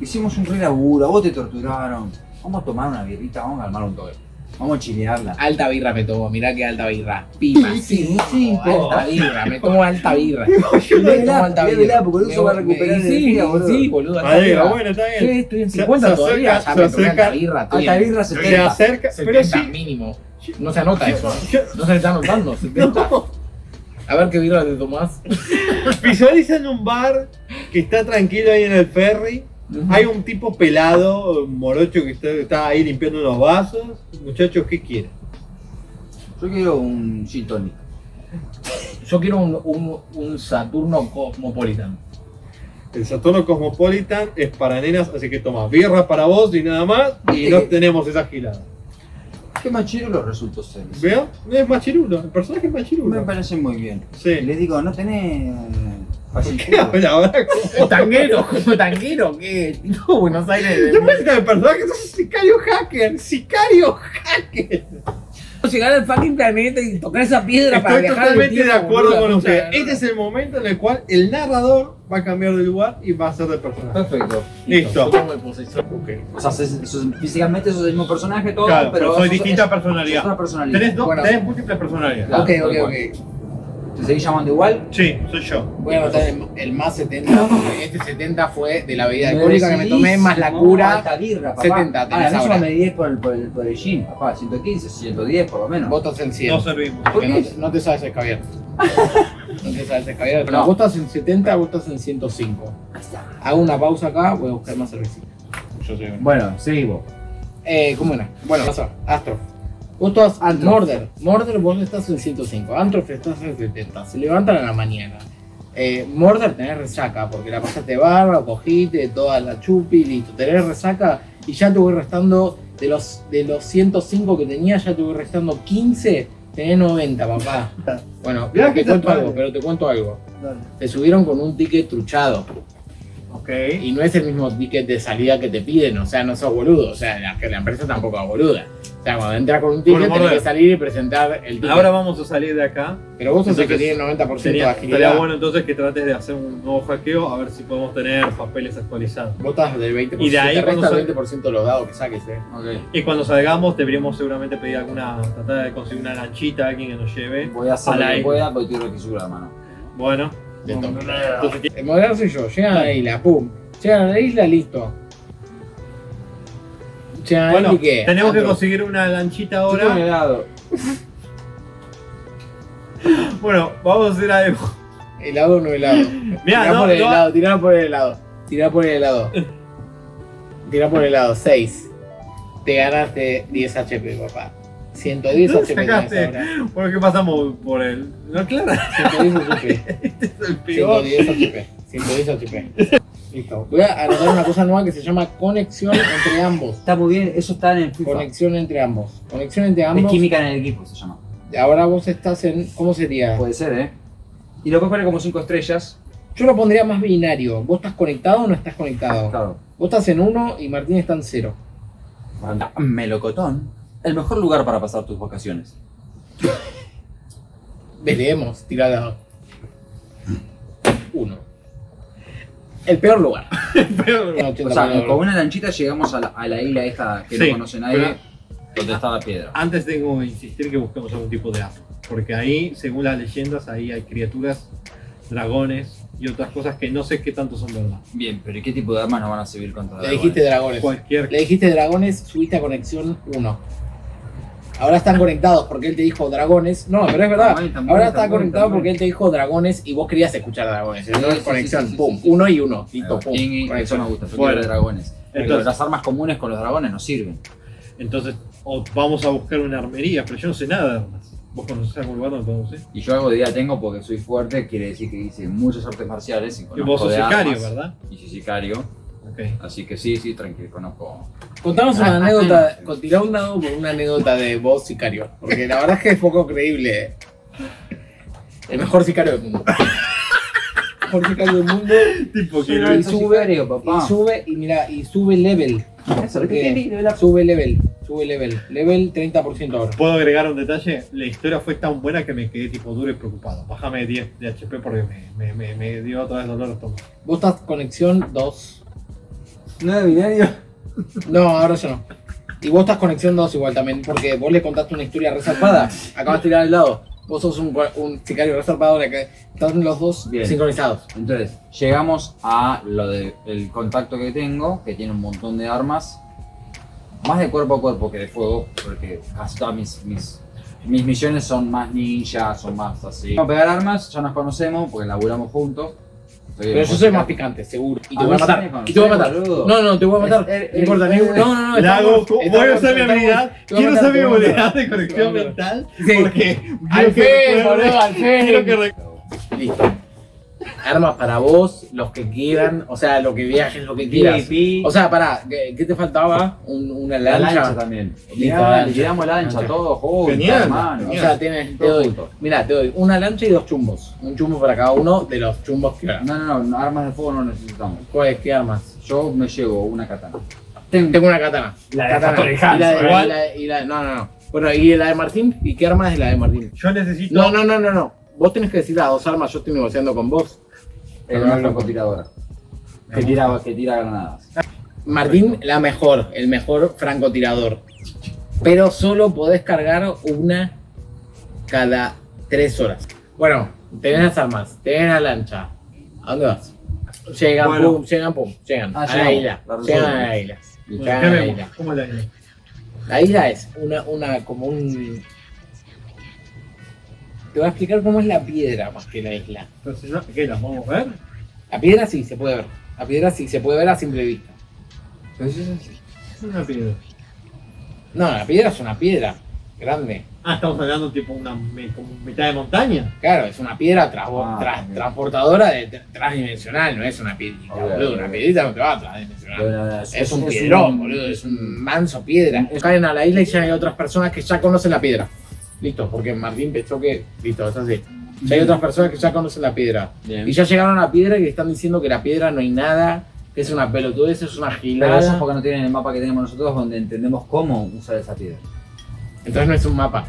[SPEAKER 6] hicimos un re laburo, a vos te torturaron. Vamos a tomar una birrita, vamos a armar un toque. Vamos a chilearla.
[SPEAKER 2] Alta birra me tomo, mirá que alta birra. Pipa, sí,
[SPEAKER 6] cinco.
[SPEAKER 2] alta birra, me tomo alta birra.
[SPEAKER 6] Bebela, bebela, porque eso va a recuperar
[SPEAKER 2] Y sí,
[SPEAKER 6] energía, boludo.
[SPEAKER 2] sí, boludo. alta
[SPEAKER 3] Madera,
[SPEAKER 2] birra.
[SPEAKER 3] bueno, está
[SPEAKER 2] Sí,
[SPEAKER 3] bien.
[SPEAKER 2] estoy en
[SPEAKER 3] Se-
[SPEAKER 2] 50
[SPEAKER 3] se acerca-
[SPEAKER 2] todavía, ya
[SPEAKER 3] se
[SPEAKER 2] me tomé
[SPEAKER 3] acerca-
[SPEAKER 2] alta birra, estoy
[SPEAKER 6] Alta
[SPEAKER 2] en
[SPEAKER 6] birra
[SPEAKER 3] Se
[SPEAKER 6] 70.
[SPEAKER 3] acerca,
[SPEAKER 2] 70
[SPEAKER 3] pero sí.
[SPEAKER 2] mínimo. No se anota eso,
[SPEAKER 3] yo-
[SPEAKER 2] no se está anotando, 70. A ver qué birra te tomás.
[SPEAKER 3] Visualizan un bar que está tranquilo ahí en el ferry. Hay un tipo pelado, un morocho que está, está ahí limpiando unos vasos. Muchachos, ¿qué quieren?
[SPEAKER 6] Yo quiero un gin tonic.
[SPEAKER 2] Yo quiero un, un, un Saturno Cosmopolitan.
[SPEAKER 3] El Saturno Cosmopolitan es para nenas, así que toma birra para vos y nada más. Y
[SPEAKER 6] Viste
[SPEAKER 3] no
[SPEAKER 6] que-
[SPEAKER 3] tenemos esa gilada.
[SPEAKER 6] Qué machero los resultados seres.
[SPEAKER 3] ¿Veo? Es machirulo, el personaje es
[SPEAKER 6] Me
[SPEAKER 3] machirulo.
[SPEAKER 6] parece muy bien. Y
[SPEAKER 3] Sí.
[SPEAKER 6] le digo, no tenés.
[SPEAKER 3] ¿Qué
[SPEAKER 6] Fallecito.
[SPEAKER 3] habla ahora?
[SPEAKER 2] ¿Tanguero? ¿Cómo tanguero? ¿Qué? Tipo Buenos Aires.
[SPEAKER 3] ¿Qué pasa el personaje? Es un sicario hacker. ¡Sicario hacker!
[SPEAKER 2] llegar al fucking planeta y tocar esa piedra para
[SPEAKER 3] Estoy
[SPEAKER 2] viajar al
[SPEAKER 3] totalmente de
[SPEAKER 2] tiempo,
[SPEAKER 3] acuerdo
[SPEAKER 2] boludo,
[SPEAKER 3] con
[SPEAKER 2] la
[SPEAKER 3] usted.
[SPEAKER 2] puta,
[SPEAKER 3] Este es el momento en el cual el narrador va a cambiar de lugar y va a ser de personaje.
[SPEAKER 6] Perfecto.
[SPEAKER 2] Yo
[SPEAKER 3] Listo.
[SPEAKER 2] tomo el posesor.
[SPEAKER 6] O sea, sos- sos- físicamente sos el mismo personaje, todo,
[SPEAKER 3] Claro,
[SPEAKER 6] pero.
[SPEAKER 3] pero soy
[SPEAKER 6] sos-
[SPEAKER 3] distinta
[SPEAKER 6] es-
[SPEAKER 3] personalidad.
[SPEAKER 6] sos otra personalidad.
[SPEAKER 3] Tenés, dos,
[SPEAKER 2] Bueno.
[SPEAKER 3] tenés múltiples personalidades.
[SPEAKER 6] Claro,
[SPEAKER 2] Ok, ok,
[SPEAKER 6] tal cual.
[SPEAKER 2] ok.
[SPEAKER 6] Te seguís llamando igual.
[SPEAKER 3] Sí, soy yo.
[SPEAKER 2] Voy a anotar el, el más 70. porque Este 70 fue de la bebida
[SPEAKER 6] Me
[SPEAKER 2] alcohólica que me tomé, más la
[SPEAKER 6] decidís,
[SPEAKER 2] cura.
[SPEAKER 6] Alta birra, papá. Ah,
[SPEAKER 2] 70 tenés
[SPEAKER 6] Ahora, no
[SPEAKER 2] ahora.
[SPEAKER 6] solo me 10 por el, por, el, por el gin, papá, 115, 110 por lo menos.
[SPEAKER 2] Votos en
[SPEAKER 3] No
[SPEAKER 2] 100.
[SPEAKER 3] servimos.
[SPEAKER 2] Porque
[SPEAKER 6] ¿Por
[SPEAKER 2] no,
[SPEAKER 6] qué?
[SPEAKER 2] te- no te sabes escabiar. No te sabes escabiar.
[SPEAKER 6] No.
[SPEAKER 2] Votas en 70, votas en 105. Hago una pausa acá, voy a buscar más cervecita. Yo soy bueno.
[SPEAKER 6] Bueno, seguimos.
[SPEAKER 2] Eh, ¿Cómo era? Bueno, pasó. Astro. Vos estás
[SPEAKER 6] Antro.
[SPEAKER 2] Morder. Morder, vos estás en 105. Antrof estás en 70. Se levantan a la mañana. Eh, Morder tenés resaca, porque la pasaste barba, cogiste, toda la chupi, listo. Tenés resaca y ya te voy restando, de los, de los 105 que tenía, ya te voy restando 15, tenés 90, papá. Bueno,
[SPEAKER 3] Mirá que
[SPEAKER 2] te
[SPEAKER 3] está
[SPEAKER 2] cuento
[SPEAKER 3] padre.
[SPEAKER 2] algo, pero te cuento algo.
[SPEAKER 3] Dale.
[SPEAKER 2] Te subieron con un ticket truchado.
[SPEAKER 3] Ok.
[SPEAKER 2] Y no es el mismo ticket de salida que te piden, o sea, no sos boludo, o sea, la, que la empresa tampoco es boluda. O sea, cuando entras con un ticket
[SPEAKER 3] Bueno,
[SPEAKER 2] tenés
[SPEAKER 3] morder.
[SPEAKER 2] que salir y presentar el ticket.
[SPEAKER 3] Ahora vamos a salir de acá.
[SPEAKER 2] Pero vos sos el que
[SPEAKER 3] entonces,
[SPEAKER 2] tiene 90% de
[SPEAKER 3] Sería, estaría
[SPEAKER 2] agilidad.
[SPEAKER 3] bueno entonces que trates de hacer un nuevo hackeo a ver si podemos tener papeles actualizados.
[SPEAKER 2] Vos estás del 20%,
[SPEAKER 3] Y de ahí
[SPEAKER 2] te resta
[SPEAKER 3] cuando
[SPEAKER 2] el 20% de los dados que saques, eh.
[SPEAKER 3] Y cuando salgamos deberíamos seguramente pedir alguna, tratar de conseguir una lanchita, alguien que nos lleve.
[SPEAKER 6] Voy a hacer
[SPEAKER 3] Al
[SPEAKER 6] lo que
[SPEAKER 3] aire.
[SPEAKER 6] pueda porque estoy requisura la mano.
[SPEAKER 3] Bueno,
[SPEAKER 2] De toque.
[SPEAKER 3] entonces
[SPEAKER 2] El moderno soy yo, llegan a la isla, pum. Llegan a la isla, listo. Llegan a la isla
[SPEAKER 3] Bueno,
[SPEAKER 2] Ah, y qué.
[SPEAKER 3] tenemos que
[SPEAKER 2] Antro.
[SPEAKER 3] conseguir una lanchita
[SPEAKER 6] Yo tengo
[SPEAKER 3] ahora.
[SPEAKER 6] helado.
[SPEAKER 3] Bueno, vamos a hacer algo.
[SPEAKER 2] Helado o no helado. tirá
[SPEAKER 3] no,
[SPEAKER 2] por el
[SPEAKER 3] no.
[SPEAKER 2] helado, tirá por el helado. Tirá por el helado. Tirá por el helado. 6. Te ganaste 10 HP, papá. 110
[SPEAKER 3] ¿Dónde
[SPEAKER 2] HP tenés
[SPEAKER 3] sacaste?
[SPEAKER 2] ahora.
[SPEAKER 3] Bueno, ¿qué pasamos por él? No, claro.
[SPEAKER 2] 110 HP.
[SPEAKER 3] Este es el peor.
[SPEAKER 2] 110 HP. 110 HP. Listo. Voy a anotar una cosa nueva que se llama conexión entre ambos.
[SPEAKER 6] Está muy bien, eso está en el FIFA.
[SPEAKER 2] Conexión entre ambos. Conexión entre
[SPEAKER 6] Es
[SPEAKER 2] ambos.
[SPEAKER 6] química en el equipo, se llama.
[SPEAKER 2] Ahora vos estás en. ¿Cómo sería?
[SPEAKER 6] Puede ser, ¿eh? Y lo puedes poner como 5 estrellas.
[SPEAKER 2] Yo lo pondría más binario. ¿Vos estás conectado o no estás conectado?
[SPEAKER 6] Claro.
[SPEAKER 2] Vos estás en 1 y Martín está en 0.
[SPEAKER 6] Melocotón. El mejor lugar para pasar tus vacaciones.
[SPEAKER 2] Veremos, tirada. Uno. El peor lugar.
[SPEAKER 3] El peor.
[SPEAKER 6] O sea, con una lanchita llegamos a la, a la isla esta que
[SPEAKER 3] Sí,
[SPEAKER 6] no conoce nadie. Donde está la piedra.
[SPEAKER 3] Antes tengo que insistir que busquemos algún tipo de asco. Porque ahí, según las leyendas, ahí hay criaturas, dragones y otras cosas que no sé qué tanto son verdad.
[SPEAKER 6] Bien, pero ¿y qué tipo de armas nos van a servir contra
[SPEAKER 2] Pues, Le dijiste dragones.
[SPEAKER 3] Cualquier
[SPEAKER 2] Le dijiste dragones, subiste a conexión 1. Ahora están conectados porque él te dijo dragones. No, pero es verdad.
[SPEAKER 7] Tambores, tambores,
[SPEAKER 2] Ahora están
[SPEAKER 7] tambores,
[SPEAKER 2] conectados
[SPEAKER 7] tambores.
[SPEAKER 2] porque él te dijo dragones y vos querías escuchar dragones. No
[SPEAKER 7] Sí,
[SPEAKER 2] es
[SPEAKER 7] sí,
[SPEAKER 2] conexión.
[SPEAKER 7] sí, sí,
[SPEAKER 2] Pum.
[SPEAKER 7] sí, sí.
[SPEAKER 2] Uno y uno. Listo, pum.
[SPEAKER 6] Bien, bien, eso me
[SPEAKER 2] Conexión.
[SPEAKER 6] gusta, yo
[SPEAKER 3] Bueno.
[SPEAKER 6] quiero dragones. Porque
[SPEAKER 3] Entonces-
[SPEAKER 6] las armas comunes con los dragones no sirven.
[SPEAKER 3] Entonces, o vamos a buscar una armería, pero yo no sé nada de armas. ¿Vos conocés algún lugar donde conocés?
[SPEAKER 6] Y yo algo de idea tengo porque soy fuerte, quiere decir que hice muchas artes marciales y
[SPEAKER 3] Y
[SPEAKER 6] conozco
[SPEAKER 3] vos sos
[SPEAKER 6] de
[SPEAKER 3] sicario,
[SPEAKER 6] armas.
[SPEAKER 3] ¿verdad?
[SPEAKER 6] Y soy sicario,
[SPEAKER 3] Ok.
[SPEAKER 6] así que sí, sí, tranquilo, conozco.
[SPEAKER 2] Contanos una anécdota. Tirá un dado por una anécdota de vos, sicario. Porque la verdad es que es poco creíble. eh. El mejor sicario del mundo. El mejor sicario del mundo.
[SPEAKER 3] Tipo que
[SPEAKER 2] Y sube,
[SPEAKER 6] papá.
[SPEAKER 2] y sube, y mira, y sube level.
[SPEAKER 6] Eso, lo que
[SPEAKER 2] Eh,
[SPEAKER 6] te digo, la-
[SPEAKER 2] Sube level, sube level. Level 30% ahora.
[SPEAKER 3] ¿Puedo agregar un detalle? La historia fue tan buena que me quedé tipo duro y preocupado. Bájame de 10 de HP porque me, me, me, me dio otra vez dolor de estómago.
[SPEAKER 2] Vos estás conexión 2.
[SPEAKER 6] Nueve binario.
[SPEAKER 2] No, ahora yo no. Y vos estás conexión 2 igual también, porque vos le contaste una historia resaltada. Acabas de tirar al lado. Vos sos un, un sicario resaltado, la que están los dos
[SPEAKER 6] Bien.
[SPEAKER 2] sincronizados.
[SPEAKER 6] Entonces, llegamos a lo del contacto que tengo, que tiene un montón de armas, más de cuerpo a cuerpo que de fuego, porque casi todas mis, mis, mis misiones son más ninjas, son más así. Vamos a pegar armas, ya nos conocemos, porque laburamos juntos.
[SPEAKER 2] Pero yo soy más picante, seguro. Y te
[SPEAKER 6] A
[SPEAKER 2] voy a
[SPEAKER 6] mí sí
[SPEAKER 2] matar.
[SPEAKER 6] me
[SPEAKER 2] Y te voy a matar.
[SPEAKER 6] Ah, conocés, boludo.
[SPEAKER 2] No, no, te voy a matar.
[SPEAKER 6] Es-
[SPEAKER 2] No importa,
[SPEAKER 6] es-
[SPEAKER 2] no, no, no.
[SPEAKER 3] La
[SPEAKER 2] estamos-
[SPEAKER 3] hago, voy
[SPEAKER 2] estamos-
[SPEAKER 3] a usar mi
[SPEAKER 2] estamos-
[SPEAKER 3] habilidad.
[SPEAKER 2] te voy a matar,
[SPEAKER 3] Quiero usar mi
[SPEAKER 2] te voy a matar.
[SPEAKER 3] habilidad de conexión
[SPEAKER 2] Sí.
[SPEAKER 3] mental.
[SPEAKER 2] Sí.
[SPEAKER 3] Porque.
[SPEAKER 2] Al fin,
[SPEAKER 3] quiero que
[SPEAKER 2] boludo, al fin.
[SPEAKER 3] Quiero que recuerde.
[SPEAKER 2] Listo. Armas para vos, los que quieran, o sea, lo que viajes, lo que quieras. O sea, pará, ¿qué, qué te faltaba? Un- una
[SPEAKER 6] La
[SPEAKER 2] lancha.
[SPEAKER 6] lancha, también.
[SPEAKER 2] Listo,
[SPEAKER 6] Mirá,
[SPEAKER 2] lancha.
[SPEAKER 6] le tiramos lancha a
[SPEAKER 2] Lancha.
[SPEAKER 6] todos, joder,
[SPEAKER 3] Genial,
[SPEAKER 6] hermano.
[SPEAKER 2] O sea, tienes, te doy, mira, te doy una lancha y dos chumbos. Un chumbo para cada uno de los chumbos que hagas.
[SPEAKER 6] No, no, no, armas de fuego no necesitamos.
[SPEAKER 2] ¿Cuáles? ¿Qué armas?
[SPEAKER 6] Yo me llevo una katana.
[SPEAKER 2] Tengo una katana.
[SPEAKER 9] La
[SPEAKER 2] Katana.
[SPEAKER 9] Factory
[SPEAKER 2] Y la de-
[SPEAKER 9] Hands,
[SPEAKER 2] y la de- y la de- No, no, no. Bueno, ¿y la de Martín? ¿Y qué arma es la de Martín?
[SPEAKER 3] Yo necesito.
[SPEAKER 2] No, no, no, no, no. Vos tenés que decir las dos armas, yo estoy negociando con vos.
[SPEAKER 6] Es una francotiradora. Que tira, que tira granadas.
[SPEAKER 2] Martín, la mejor, el mejor francotirador. Pero solo podés cargar una cada tres horas. Bueno, tenés las armas, tenés la lancha. ¿A dónde vas? Llegan,
[SPEAKER 3] Bueno.
[SPEAKER 2] pum, llegan, pum, llegan.
[SPEAKER 6] Ah,
[SPEAKER 2] a la
[SPEAKER 6] llegamos,
[SPEAKER 2] isla.
[SPEAKER 6] la resolvemos.
[SPEAKER 2] llegan a la isla.
[SPEAKER 3] Bueno,
[SPEAKER 2] Llegan
[SPEAKER 3] ¿qué
[SPEAKER 2] a la
[SPEAKER 3] vemos?
[SPEAKER 2] isla.
[SPEAKER 3] ¿Cómo la vemos?
[SPEAKER 2] La isla es una, una, como un. Te voy a explicar cómo es la piedra más que la isla.
[SPEAKER 3] Entonces, ¿no? ¿Qué las vamos a ver?
[SPEAKER 2] La piedra sí se puede ver. La piedra sí se puede ver a simple vista.
[SPEAKER 3] Es una piedra.
[SPEAKER 2] No, la piedra es una piedra grande.
[SPEAKER 3] Ah, estamos hablando tipo una me- como mitad de montaña.
[SPEAKER 2] Claro, es una piedra trasbo-
[SPEAKER 6] Ah,
[SPEAKER 2] tras-
[SPEAKER 6] bien.
[SPEAKER 2] transportadora de tra- transdimensional, no es una piedrita,
[SPEAKER 6] Obvio,
[SPEAKER 2] boludo.
[SPEAKER 6] obvio.
[SPEAKER 2] Una piedrita no te va a transdimensional.
[SPEAKER 6] Es,
[SPEAKER 2] Es un piedrón, boludo, es un manso piedra. Caen a la isla y ya hay otras personas que ya conocen la piedra. Listo, porque Martín pensó que. Listo, es así. Ya hay otras personas que ya conocen la piedra. Y ya llegaron a la piedra y le están diciendo que la piedra no hay nada, que es una pelotudez, es
[SPEAKER 6] Pero
[SPEAKER 2] una
[SPEAKER 6] eso es
[SPEAKER 2] gilada.
[SPEAKER 6] porque no tienen el mapa que tenemos nosotros donde entendemos cómo usar esa piedra.
[SPEAKER 2] Entonces no es un mapa.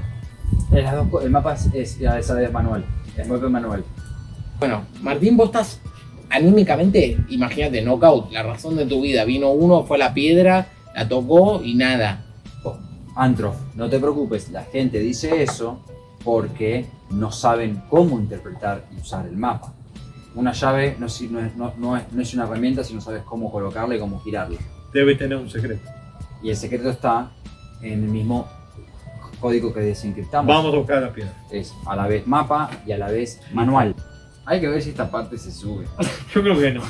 [SPEAKER 6] Eh, las dos co- el mapa es, es, ya esa vez manual. Es golpe manual.
[SPEAKER 2] Bueno, Martín, vos estás anímicamente, imagínate, knockout, la razón de tu vida. Vino uno, fue a la piedra, la tocó y nada.
[SPEAKER 6] Antro, no te preocupes, la gente dice eso porque no saben cómo interpretar y usar el mapa. Una llave no, es- no es- no- no es, no es una herramienta si no sabes cómo colocarla y cómo girarla.
[SPEAKER 3] Debe tener un secreto.
[SPEAKER 6] Y el secreto está en el mismo código que desencriptamos.
[SPEAKER 3] Vamos a buscar la piedra.
[SPEAKER 6] Es a la vez mapa y a la vez manual. Hay que ver si esta parte se sube.
[SPEAKER 3] Yo creo que no.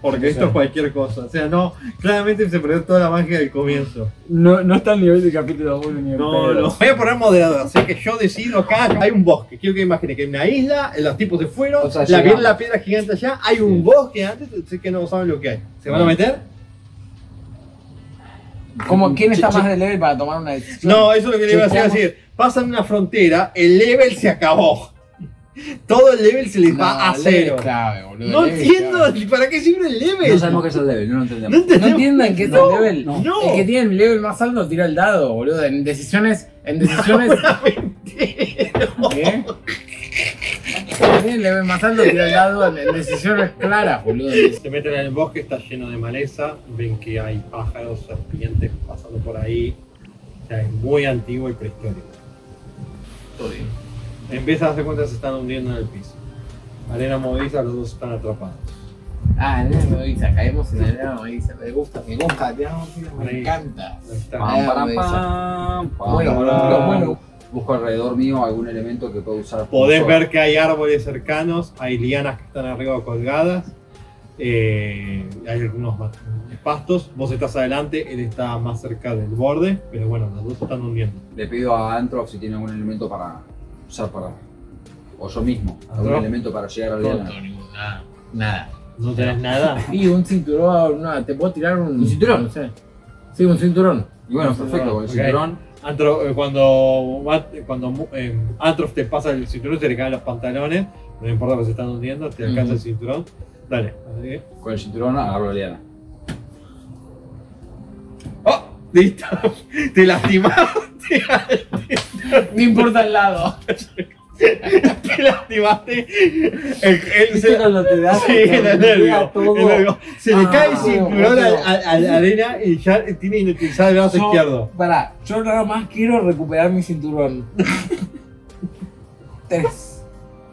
[SPEAKER 3] Porque esto es cualquier cosa. O sea, no. Claramente se perdió toda la magia del comienzo.
[SPEAKER 10] No, no está al nivel del capítulo 1 ni en
[SPEAKER 3] No,
[SPEAKER 10] pedo.
[SPEAKER 3] no. Voy a poner moderador. Así que yo decido acá. Hay un bosque. Quiero que imagine que hay una isla. Los tipos se fueron.
[SPEAKER 6] O sea,
[SPEAKER 3] la,
[SPEAKER 6] llegamos.
[SPEAKER 3] piedra, la piedra gigante allá. Hay un
[SPEAKER 6] Sí.
[SPEAKER 3] bosque antes. Así que no saben lo que hay. ¿Se van a meter?
[SPEAKER 2] ¿Cómo, ¿Quién está más de level para tomar una decisión?
[SPEAKER 3] No, eso es lo que le iba a hacer decir. Pasan una frontera. El level se acabó. Todo el level se les va a
[SPEAKER 2] el level
[SPEAKER 3] cero.
[SPEAKER 2] es clave, boludo,
[SPEAKER 3] No
[SPEAKER 2] el level es
[SPEAKER 3] entiendo
[SPEAKER 2] clave.
[SPEAKER 3] ni para qué sirve el level.
[SPEAKER 6] No sabemos qué es el level, no lo entendemos.
[SPEAKER 3] No
[SPEAKER 2] No
[SPEAKER 3] entendemos.
[SPEAKER 2] entiendan que es
[SPEAKER 3] No,
[SPEAKER 2] el level.
[SPEAKER 3] no.
[SPEAKER 2] El que tiene el level más alto tira el dado, boludo. En decisiones. En decisiones. ¿Qué? El que tiene el level más alto tira el dado en- en decisiones claras, boludo.
[SPEAKER 3] Se meten en el bosque, está lleno de maleza, ven que hay pájaros, serpientes pasando por ahí. O sea, es muy antiguo y prehistórico. Empiezan a darse cuenta que se están hundiendo en el piso. Arena movediza, los dos están atrapados.
[SPEAKER 7] Ah, el Nano Isa, caemos en el Nano Isa. Me gusta, me gusta, el Nano Isa me encanta.
[SPEAKER 3] Ahí está.
[SPEAKER 7] Ah,
[SPEAKER 6] Pam, pam,
[SPEAKER 7] me
[SPEAKER 6] pam, pam,
[SPEAKER 7] Bueno,
[SPEAKER 6] pam,
[SPEAKER 7] bueno,
[SPEAKER 6] pam.
[SPEAKER 7] bueno.
[SPEAKER 6] Busco alrededor mío algún elemento que pueda usar. como
[SPEAKER 3] Podés
[SPEAKER 6] yo.
[SPEAKER 3] ver que hay árboles cercanos, hay lianas que están arriba colgadas, eh, hay algunos ma- pastos. Vos estás adelante, él está más cerca del borde, pero bueno, los dos se están hundiendo.
[SPEAKER 6] Le pido a Antrox si tiene algún elemento para usar para. O yo mismo, algún
[SPEAKER 3] Antrox.
[SPEAKER 6] elemento para llegar al
[SPEAKER 7] No,
[SPEAKER 6] diana.
[SPEAKER 7] no, ningún- nada. Nada.
[SPEAKER 3] ¿No tenés nada?
[SPEAKER 7] Y un cinturón, no, te puedo tirar un.
[SPEAKER 6] ¿Un cinturón?
[SPEAKER 7] No sé. Sí, un cinturón.
[SPEAKER 6] Y bueno, perfecto, con el
[SPEAKER 3] Ok.
[SPEAKER 6] cinturón.
[SPEAKER 3] Antro, eh, cuando Mat- cuando mu- eh, Atrof te pasa el cinturón, te le caen los pantalones, no importa que se están hundiendo, te alcanza el cinturón. Dale, así.
[SPEAKER 6] Con el cinturón agarro la liana.
[SPEAKER 3] ¡Oh! ¡Listo! Te lastimaste,
[SPEAKER 7] No importa el lado.
[SPEAKER 3] te lastimaste. El, él se-
[SPEAKER 2] cuando te das
[SPEAKER 3] Sí, en el nervio. el nervio. Se le
[SPEAKER 2] Ah,
[SPEAKER 3] cae el cinturón
[SPEAKER 2] bueno.
[SPEAKER 3] al, al- a la arena y ya tiene inutilizado el brazo
[SPEAKER 7] Yo-
[SPEAKER 3] izquierdo.
[SPEAKER 7] Pará, yo nada más quiero recuperar mi cinturón. Tres.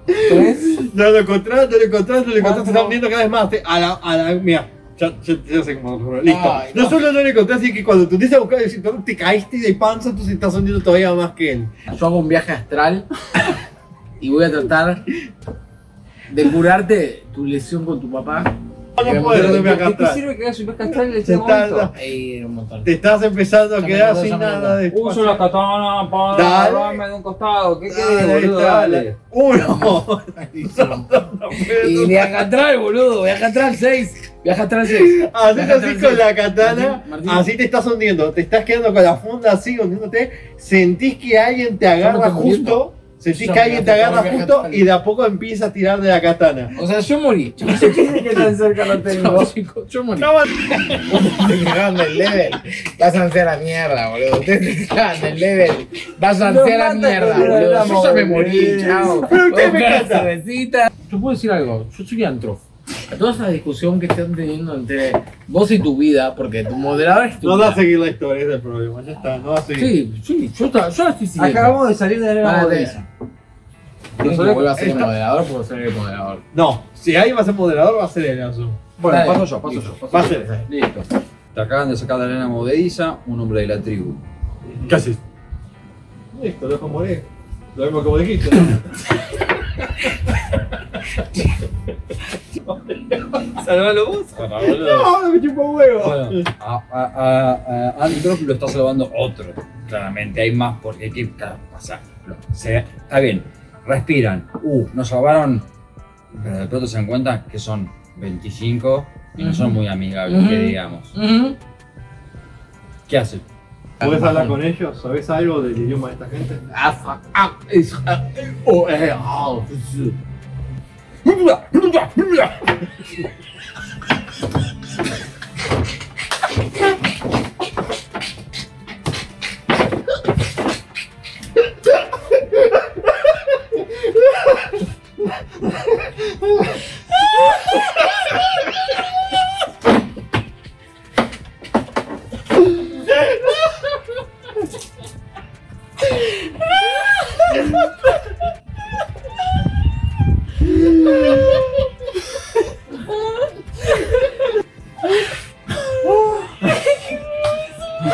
[SPEAKER 7] Tres.
[SPEAKER 3] No lo encontrás, no lo encontrás, no lo encontrás, te
[SPEAKER 7] Cuatro.
[SPEAKER 3] están viendo cada vez más. Te- a la, a la, mira, ya, ya, ya sé cómo. Listo.
[SPEAKER 7] Ay,
[SPEAKER 3] no.
[SPEAKER 7] no.
[SPEAKER 3] solo no lo encontrás, sino que cuando tú te a buscar el cinturón te caíste de panza, entonces estás hundiendo todavía más que él.
[SPEAKER 7] Yo hago un viaje astral y voy a tratar de curarte tu lesión con tu papá.
[SPEAKER 3] No, no puedo, no me
[SPEAKER 2] ¿De qué
[SPEAKER 3] agarras.
[SPEAKER 2] sirve que hagas un viaje astral en este
[SPEAKER 3] Ya está,
[SPEAKER 2] momento?
[SPEAKER 7] Ey, Eh, un montón.
[SPEAKER 3] Te estás empezando a
[SPEAKER 7] Ya me
[SPEAKER 3] quedar
[SPEAKER 7] acordé,
[SPEAKER 3] sin
[SPEAKER 7] ya me
[SPEAKER 3] nada
[SPEAKER 7] acordé.
[SPEAKER 3] de
[SPEAKER 6] Uso la katana para
[SPEAKER 3] Dale.
[SPEAKER 6] agarrarme Ah, de un costado. ¿Qué querés,
[SPEAKER 3] Dale,
[SPEAKER 6] boludo?
[SPEAKER 3] dale.
[SPEAKER 6] Dale.
[SPEAKER 3] Uno.
[SPEAKER 7] Y viaja atrás, boludo. Viaja atrás, seis. Viaja atrás, seis.
[SPEAKER 3] Haces así con la katana,
[SPEAKER 7] Martín, Martín.
[SPEAKER 3] así te estás hundiendo, te estás quedando con la funda así hundiéndote, sentís que alguien te agarra
[SPEAKER 7] estoy
[SPEAKER 3] justo, sentís
[SPEAKER 7] Yo
[SPEAKER 3] que
[SPEAKER 7] me
[SPEAKER 3] alguien te
[SPEAKER 7] voy a
[SPEAKER 3] agarra
[SPEAKER 7] tocar
[SPEAKER 3] justo
[SPEAKER 7] viaje
[SPEAKER 3] y de a poco empieza a tirar de la katana.
[SPEAKER 7] O sea, yo morí. Yo,
[SPEAKER 2] ¿Qué tan cerca lo tengo?
[SPEAKER 7] yo, yo morí.
[SPEAKER 3] No,
[SPEAKER 7] Te cagaron del level. Váyanse a la mierda, boludo. Ustedes te cagan del level. Váyanse a la mierda, boludo. Yo ya me morí, chao.
[SPEAKER 3] Pero usted me encanta.
[SPEAKER 7] Yo puedo decir algo. Yo soy antro. Toda esa discusión que están teniendo entre vos y tu vida, porque tu moderador es tu
[SPEAKER 3] No va a
[SPEAKER 7] vida.
[SPEAKER 3] seguir la historia, ese es el problema, ya está, no va a seguir.
[SPEAKER 7] Sí, sí, yo, ta- yo la estoy siguiendo.
[SPEAKER 2] Acabamos de salir de la
[SPEAKER 7] Párate.
[SPEAKER 2] bodega.
[SPEAKER 7] Quieren que vuelva a ser el
[SPEAKER 3] Esta-
[SPEAKER 7] moderador, puedo ser el moderador.
[SPEAKER 3] No, si alguien va a ser moderador va a ser el Azul.
[SPEAKER 6] Bueno,
[SPEAKER 7] Dale.
[SPEAKER 6] paso yo, paso
[SPEAKER 7] Listo.
[SPEAKER 6] yo. paso
[SPEAKER 3] Va a
[SPEAKER 6] yo.
[SPEAKER 3] ser.
[SPEAKER 6] Listo. Te acaban de sacar de la arena movediza un hombre de la tribu.
[SPEAKER 3] Casi. Listo, lo dejo morir. Lo mismo como dijiste.
[SPEAKER 2] Salvalo vos.
[SPEAKER 3] No, no me chupo huevo.
[SPEAKER 6] Bueno, a, a, a- a Andros lo está salvando otro. Claramente, hay más porque aquí claro, pasa. lo- se- está bien, respiran. Uh, nos salvaron. Pero de pronto se dan cuenta que son 25 y no son muy amigables, que
[SPEAKER 7] Ujú.
[SPEAKER 6] digamos. ¿Qué hacen?
[SPEAKER 3] ¿Podés hablar con ellos? ¿Sabés algo del idioma de esta gente?
[SPEAKER 7] Afa, ah, es, ah, eh, oh, eh, ah, sí.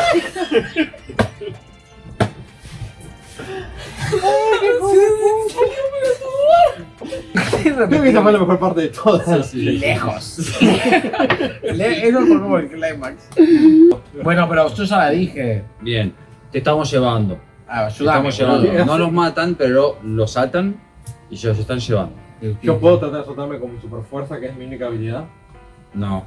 [SPEAKER 3] Creo que esa fue la mejor parte de todas.
[SPEAKER 7] Lejos. Le- Eso fue como el clímax. Bueno, pero yo ya la dije.
[SPEAKER 6] Bien, te estamos llevando. Te
[SPEAKER 7] Ayudame.
[SPEAKER 6] estamos llevando.
[SPEAKER 3] boludo.
[SPEAKER 6] No los matan, pero los atan y se los están llevando.
[SPEAKER 3] Yo puedo tratar de soltarme con mi super fuerza, que es mi única habilidad.
[SPEAKER 6] No.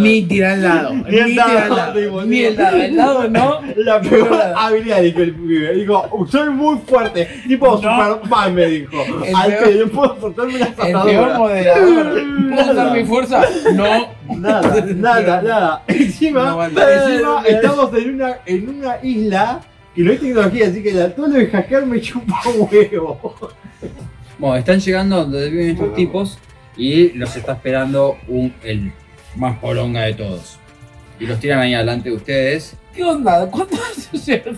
[SPEAKER 7] Ni tirar al lado. Ni
[SPEAKER 3] el
[SPEAKER 7] tirar al
[SPEAKER 3] lado,
[SPEAKER 7] lado.
[SPEAKER 3] digo,
[SPEAKER 7] Ni
[SPEAKER 3] digo.
[SPEAKER 7] el lado. El lado no.
[SPEAKER 3] La peor habilidad, dijo el pibe. Digo, soy muy fuerte. Tipo Superman, me dijo.
[SPEAKER 7] El
[SPEAKER 3] Al
[SPEAKER 7] peor-
[SPEAKER 3] que yo puedo soltarme las
[SPEAKER 7] El peor
[SPEAKER 3] ataduras.
[SPEAKER 7] moderador. ¿Puedo usar mi fuerza? No.
[SPEAKER 3] Nada, nada, nada. Encima,
[SPEAKER 7] No vale.
[SPEAKER 3] encima estamos en una, en una isla que no hay tecnología, así que la todo de hackear me chupa un huevo.
[SPEAKER 6] Bueno, están llegando donde viven estos tipos y los está esperando un, el más poronga de todos. Y los tiran ahí adelante de ustedes.
[SPEAKER 7] ¿Qué onda? ¿Cuánto se lleva?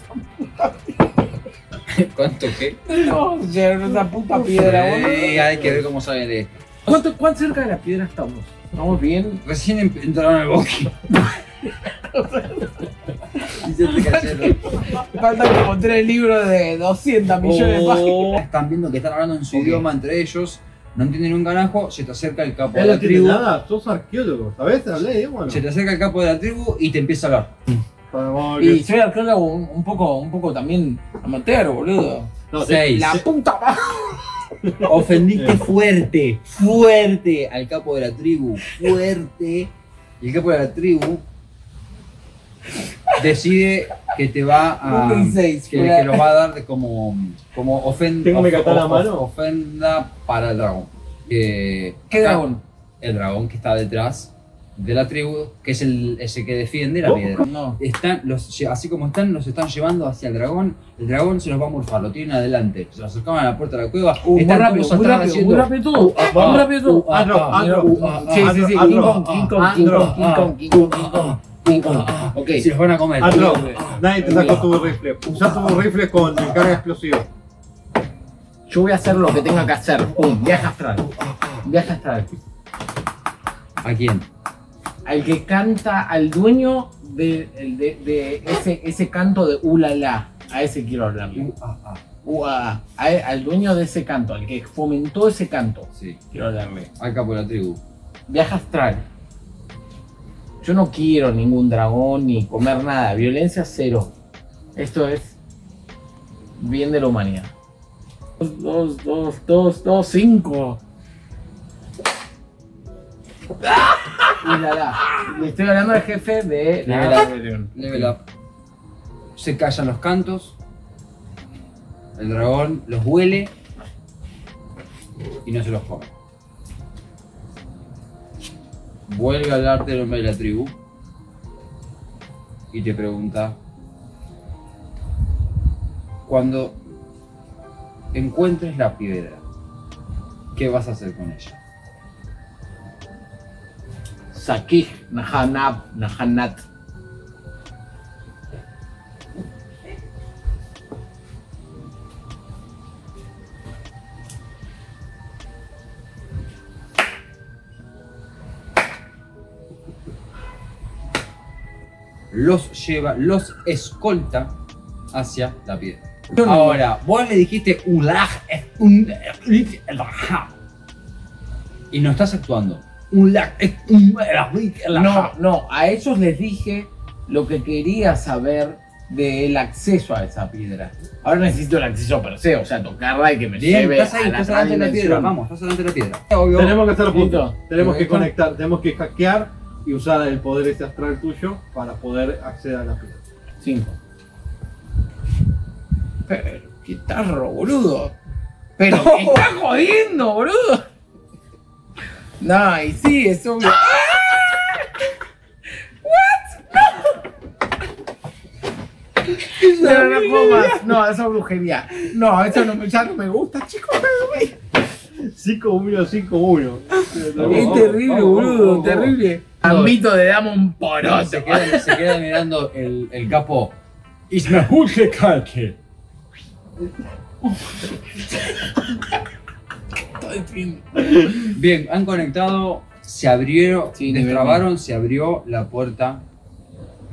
[SPEAKER 6] ¿Cuánto qué?
[SPEAKER 7] No, llegaron a esa puta piedra,
[SPEAKER 6] Ey,
[SPEAKER 7] boludo.
[SPEAKER 6] hay que ver cómo sale de esto.
[SPEAKER 7] ¿Cuánto, ¿Cuán cerca de la piedra estamos? ¿Estamos bien?
[SPEAKER 6] Recién em- entraron al bosque.
[SPEAKER 11] Y se
[SPEAKER 6] este
[SPEAKER 11] te cayeron.
[SPEAKER 7] Falta como tres libros de 200 millones de páginas.
[SPEAKER 6] O Oh, Están viendo que están hablando en su idioma entre ellos. No entienden un ganajo. Se te acerca el capo de
[SPEAKER 3] Él no
[SPEAKER 6] la
[SPEAKER 3] tiene
[SPEAKER 6] tribu.
[SPEAKER 3] nada, sos arqueólogo, ¿sabes? Hablé de bueno.
[SPEAKER 6] Se te acerca el capo de la tribu y te empieza a hablar.
[SPEAKER 3] Vamos,
[SPEAKER 7] Y soy arqueólogo un, un poco, un poco también amateur, boludo.
[SPEAKER 3] no,
[SPEAKER 6] Seis.
[SPEAKER 7] La puta madre.
[SPEAKER 6] Ofendiste fuerte, fuerte al capo de la tribu, fuerte. Y el capo de la tribu decide que te va a.
[SPEAKER 7] Un seis,
[SPEAKER 6] que, que lo va a dar de como, como ofenda.
[SPEAKER 3] ¿Tengo mi katana a mano?
[SPEAKER 6] Ofenda para el dragón. Que-
[SPEAKER 7] ¿Qué dragón?
[SPEAKER 6] El dragón que está detrás de la tribu, que es el ese que defiende la piedra.
[SPEAKER 7] No.
[SPEAKER 6] Están, los, lle- así como están, los están llevando hacia el dragón. El dragón se los va a morfar, lo tienen adelante. Se los acercaban a la puerta de la cueva.
[SPEAKER 7] Uh,
[SPEAKER 6] están
[SPEAKER 7] muy rápido,
[SPEAKER 6] todos
[SPEAKER 7] muy
[SPEAKER 6] atrás
[SPEAKER 7] rápido,
[SPEAKER 6] haciendo-
[SPEAKER 7] muy rápido todo. Muy rápido todo.
[SPEAKER 6] Ah,
[SPEAKER 3] Andro,
[SPEAKER 6] ah,
[SPEAKER 3] Andro,
[SPEAKER 6] mira, ah, ah,
[SPEAKER 7] Sí, sí, sí.
[SPEAKER 3] Andro,
[SPEAKER 7] King Kong,
[SPEAKER 3] ah,
[SPEAKER 7] King Kong,
[SPEAKER 3] ah,
[SPEAKER 7] King
[SPEAKER 3] Andro,
[SPEAKER 7] Kong, King Kong, King Kong, King
[SPEAKER 6] ah,
[SPEAKER 7] Kong, King Kong. Ok.
[SPEAKER 6] Se los van a comer.
[SPEAKER 3] Atro, nadie te sacó tu rifle. Usá tu rifle con carga explosiva.
[SPEAKER 7] Yo voy a hacer lo que tenga que hacer. Pum, viaje astral. Viaje astral.
[SPEAKER 6] ¿A quién?
[SPEAKER 7] Al que canta, al dueño de, el de, de ese, ese canto de Ulala. A ese quiero hablarle. Uh, a- a- al dueño de ese canto, al que fomentó ese canto.
[SPEAKER 6] Sí,
[SPEAKER 7] Quiero hablarle.
[SPEAKER 6] al capo de la tribu.
[SPEAKER 7] Viaje astral. Yo no quiero ningún dragón ni comer nada. Violencia cero. Esto es bien de la humanidad. Dos, dos, dos, dos, dos, cinco. Y la da. Le estoy hablando al jefe de la rebelión.
[SPEAKER 6] Level up. Se callan los cantos. El dragón los huele. Y no se los come. Vuelve a hablarte el hombre de la tribu. Y te pregunta. Cuando encuentres la piedra, ¿qué vas a hacer con ella?
[SPEAKER 7] Sakij, Nahanab, Nahanat.
[SPEAKER 6] los lleva, los escolta hacia la piedra. Ahora, vos le dijiste Ulaj es un y no estás actuando. Ulaj es un
[SPEAKER 7] No, no, a ellos les dije lo que quería saber del acceso a esa piedra. Ahora necesito el acceso per se, o sea, tocarla y que me
[SPEAKER 6] Bien,
[SPEAKER 7] lleve
[SPEAKER 6] estás ahí,
[SPEAKER 7] a la
[SPEAKER 6] estás
[SPEAKER 7] otra
[SPEAKER 6] delante de la piedra,
[SPEAKER 7] dimensión.
[SPEAKER 6] vamos, estás delante de la piedra.
[SPEAKER 3] Tenemos que hacer puntos.
[SPEAKER 7] Listo.
[SPEAKER 3] Tenemos que
[SPEAKER 6] Listo.
[SPEAKER 3] conectar, tenemos que hackear y usar el poder ese astral tuyo para poder acceder a la piedra.
[SPEAKER 7] Cinco. Pero, qué tarro, boludo. Pero, eh, me estás jodiendo, boludo. No, y sí, es obvio. ¿What? No. No, no, puedo más. No, eso es brujería. No, eso no, me- ya no me gusta, chicos.
[SPEAKER 3] 5151.
[SPEAKER 7] Es terrible, boludo, terrible. Ambito de Damon poroso.
[SPEAKER 6] se, queda, se queda mirando el, el capo. Ismahul que calque. Bien, han conectado, se abrieron,
[SPEAKER 7] Sí, nivel
[SPEAKER 6] destrabaron, se abrió la puerta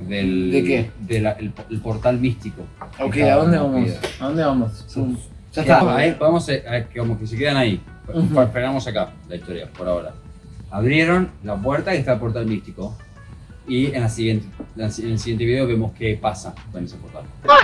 [SPEAKER 6] del
[SPEAKER 7] ¿De qué?
[SPEAKER 6] de la- el, el portal místico.
[SPEAKER 7] Ok,
[SPEAKER 6] Estaba
[SPEAKER 7] ¿a dónde
[SPEAKER 6] en la
[SPEAKER 7] vamos?
[SPEAKER 6] piedra.
[SPEAKER 7] ¿A dónde vamos? Ya
[SPEAKER 6] Quedamos ahí,
[SPEAKER 7] está.
[SPEAKER 6] podemos, eh, eh, como que se quedan ahí.
[SPEAKER 7] Ujú.
[SPEAKER 6] Esperamos acá la historia, por ahora. Abrieron la puerta y está el portal místico. Y en, la siguiente, en el siguiente video vemos qué pasa con ese portal.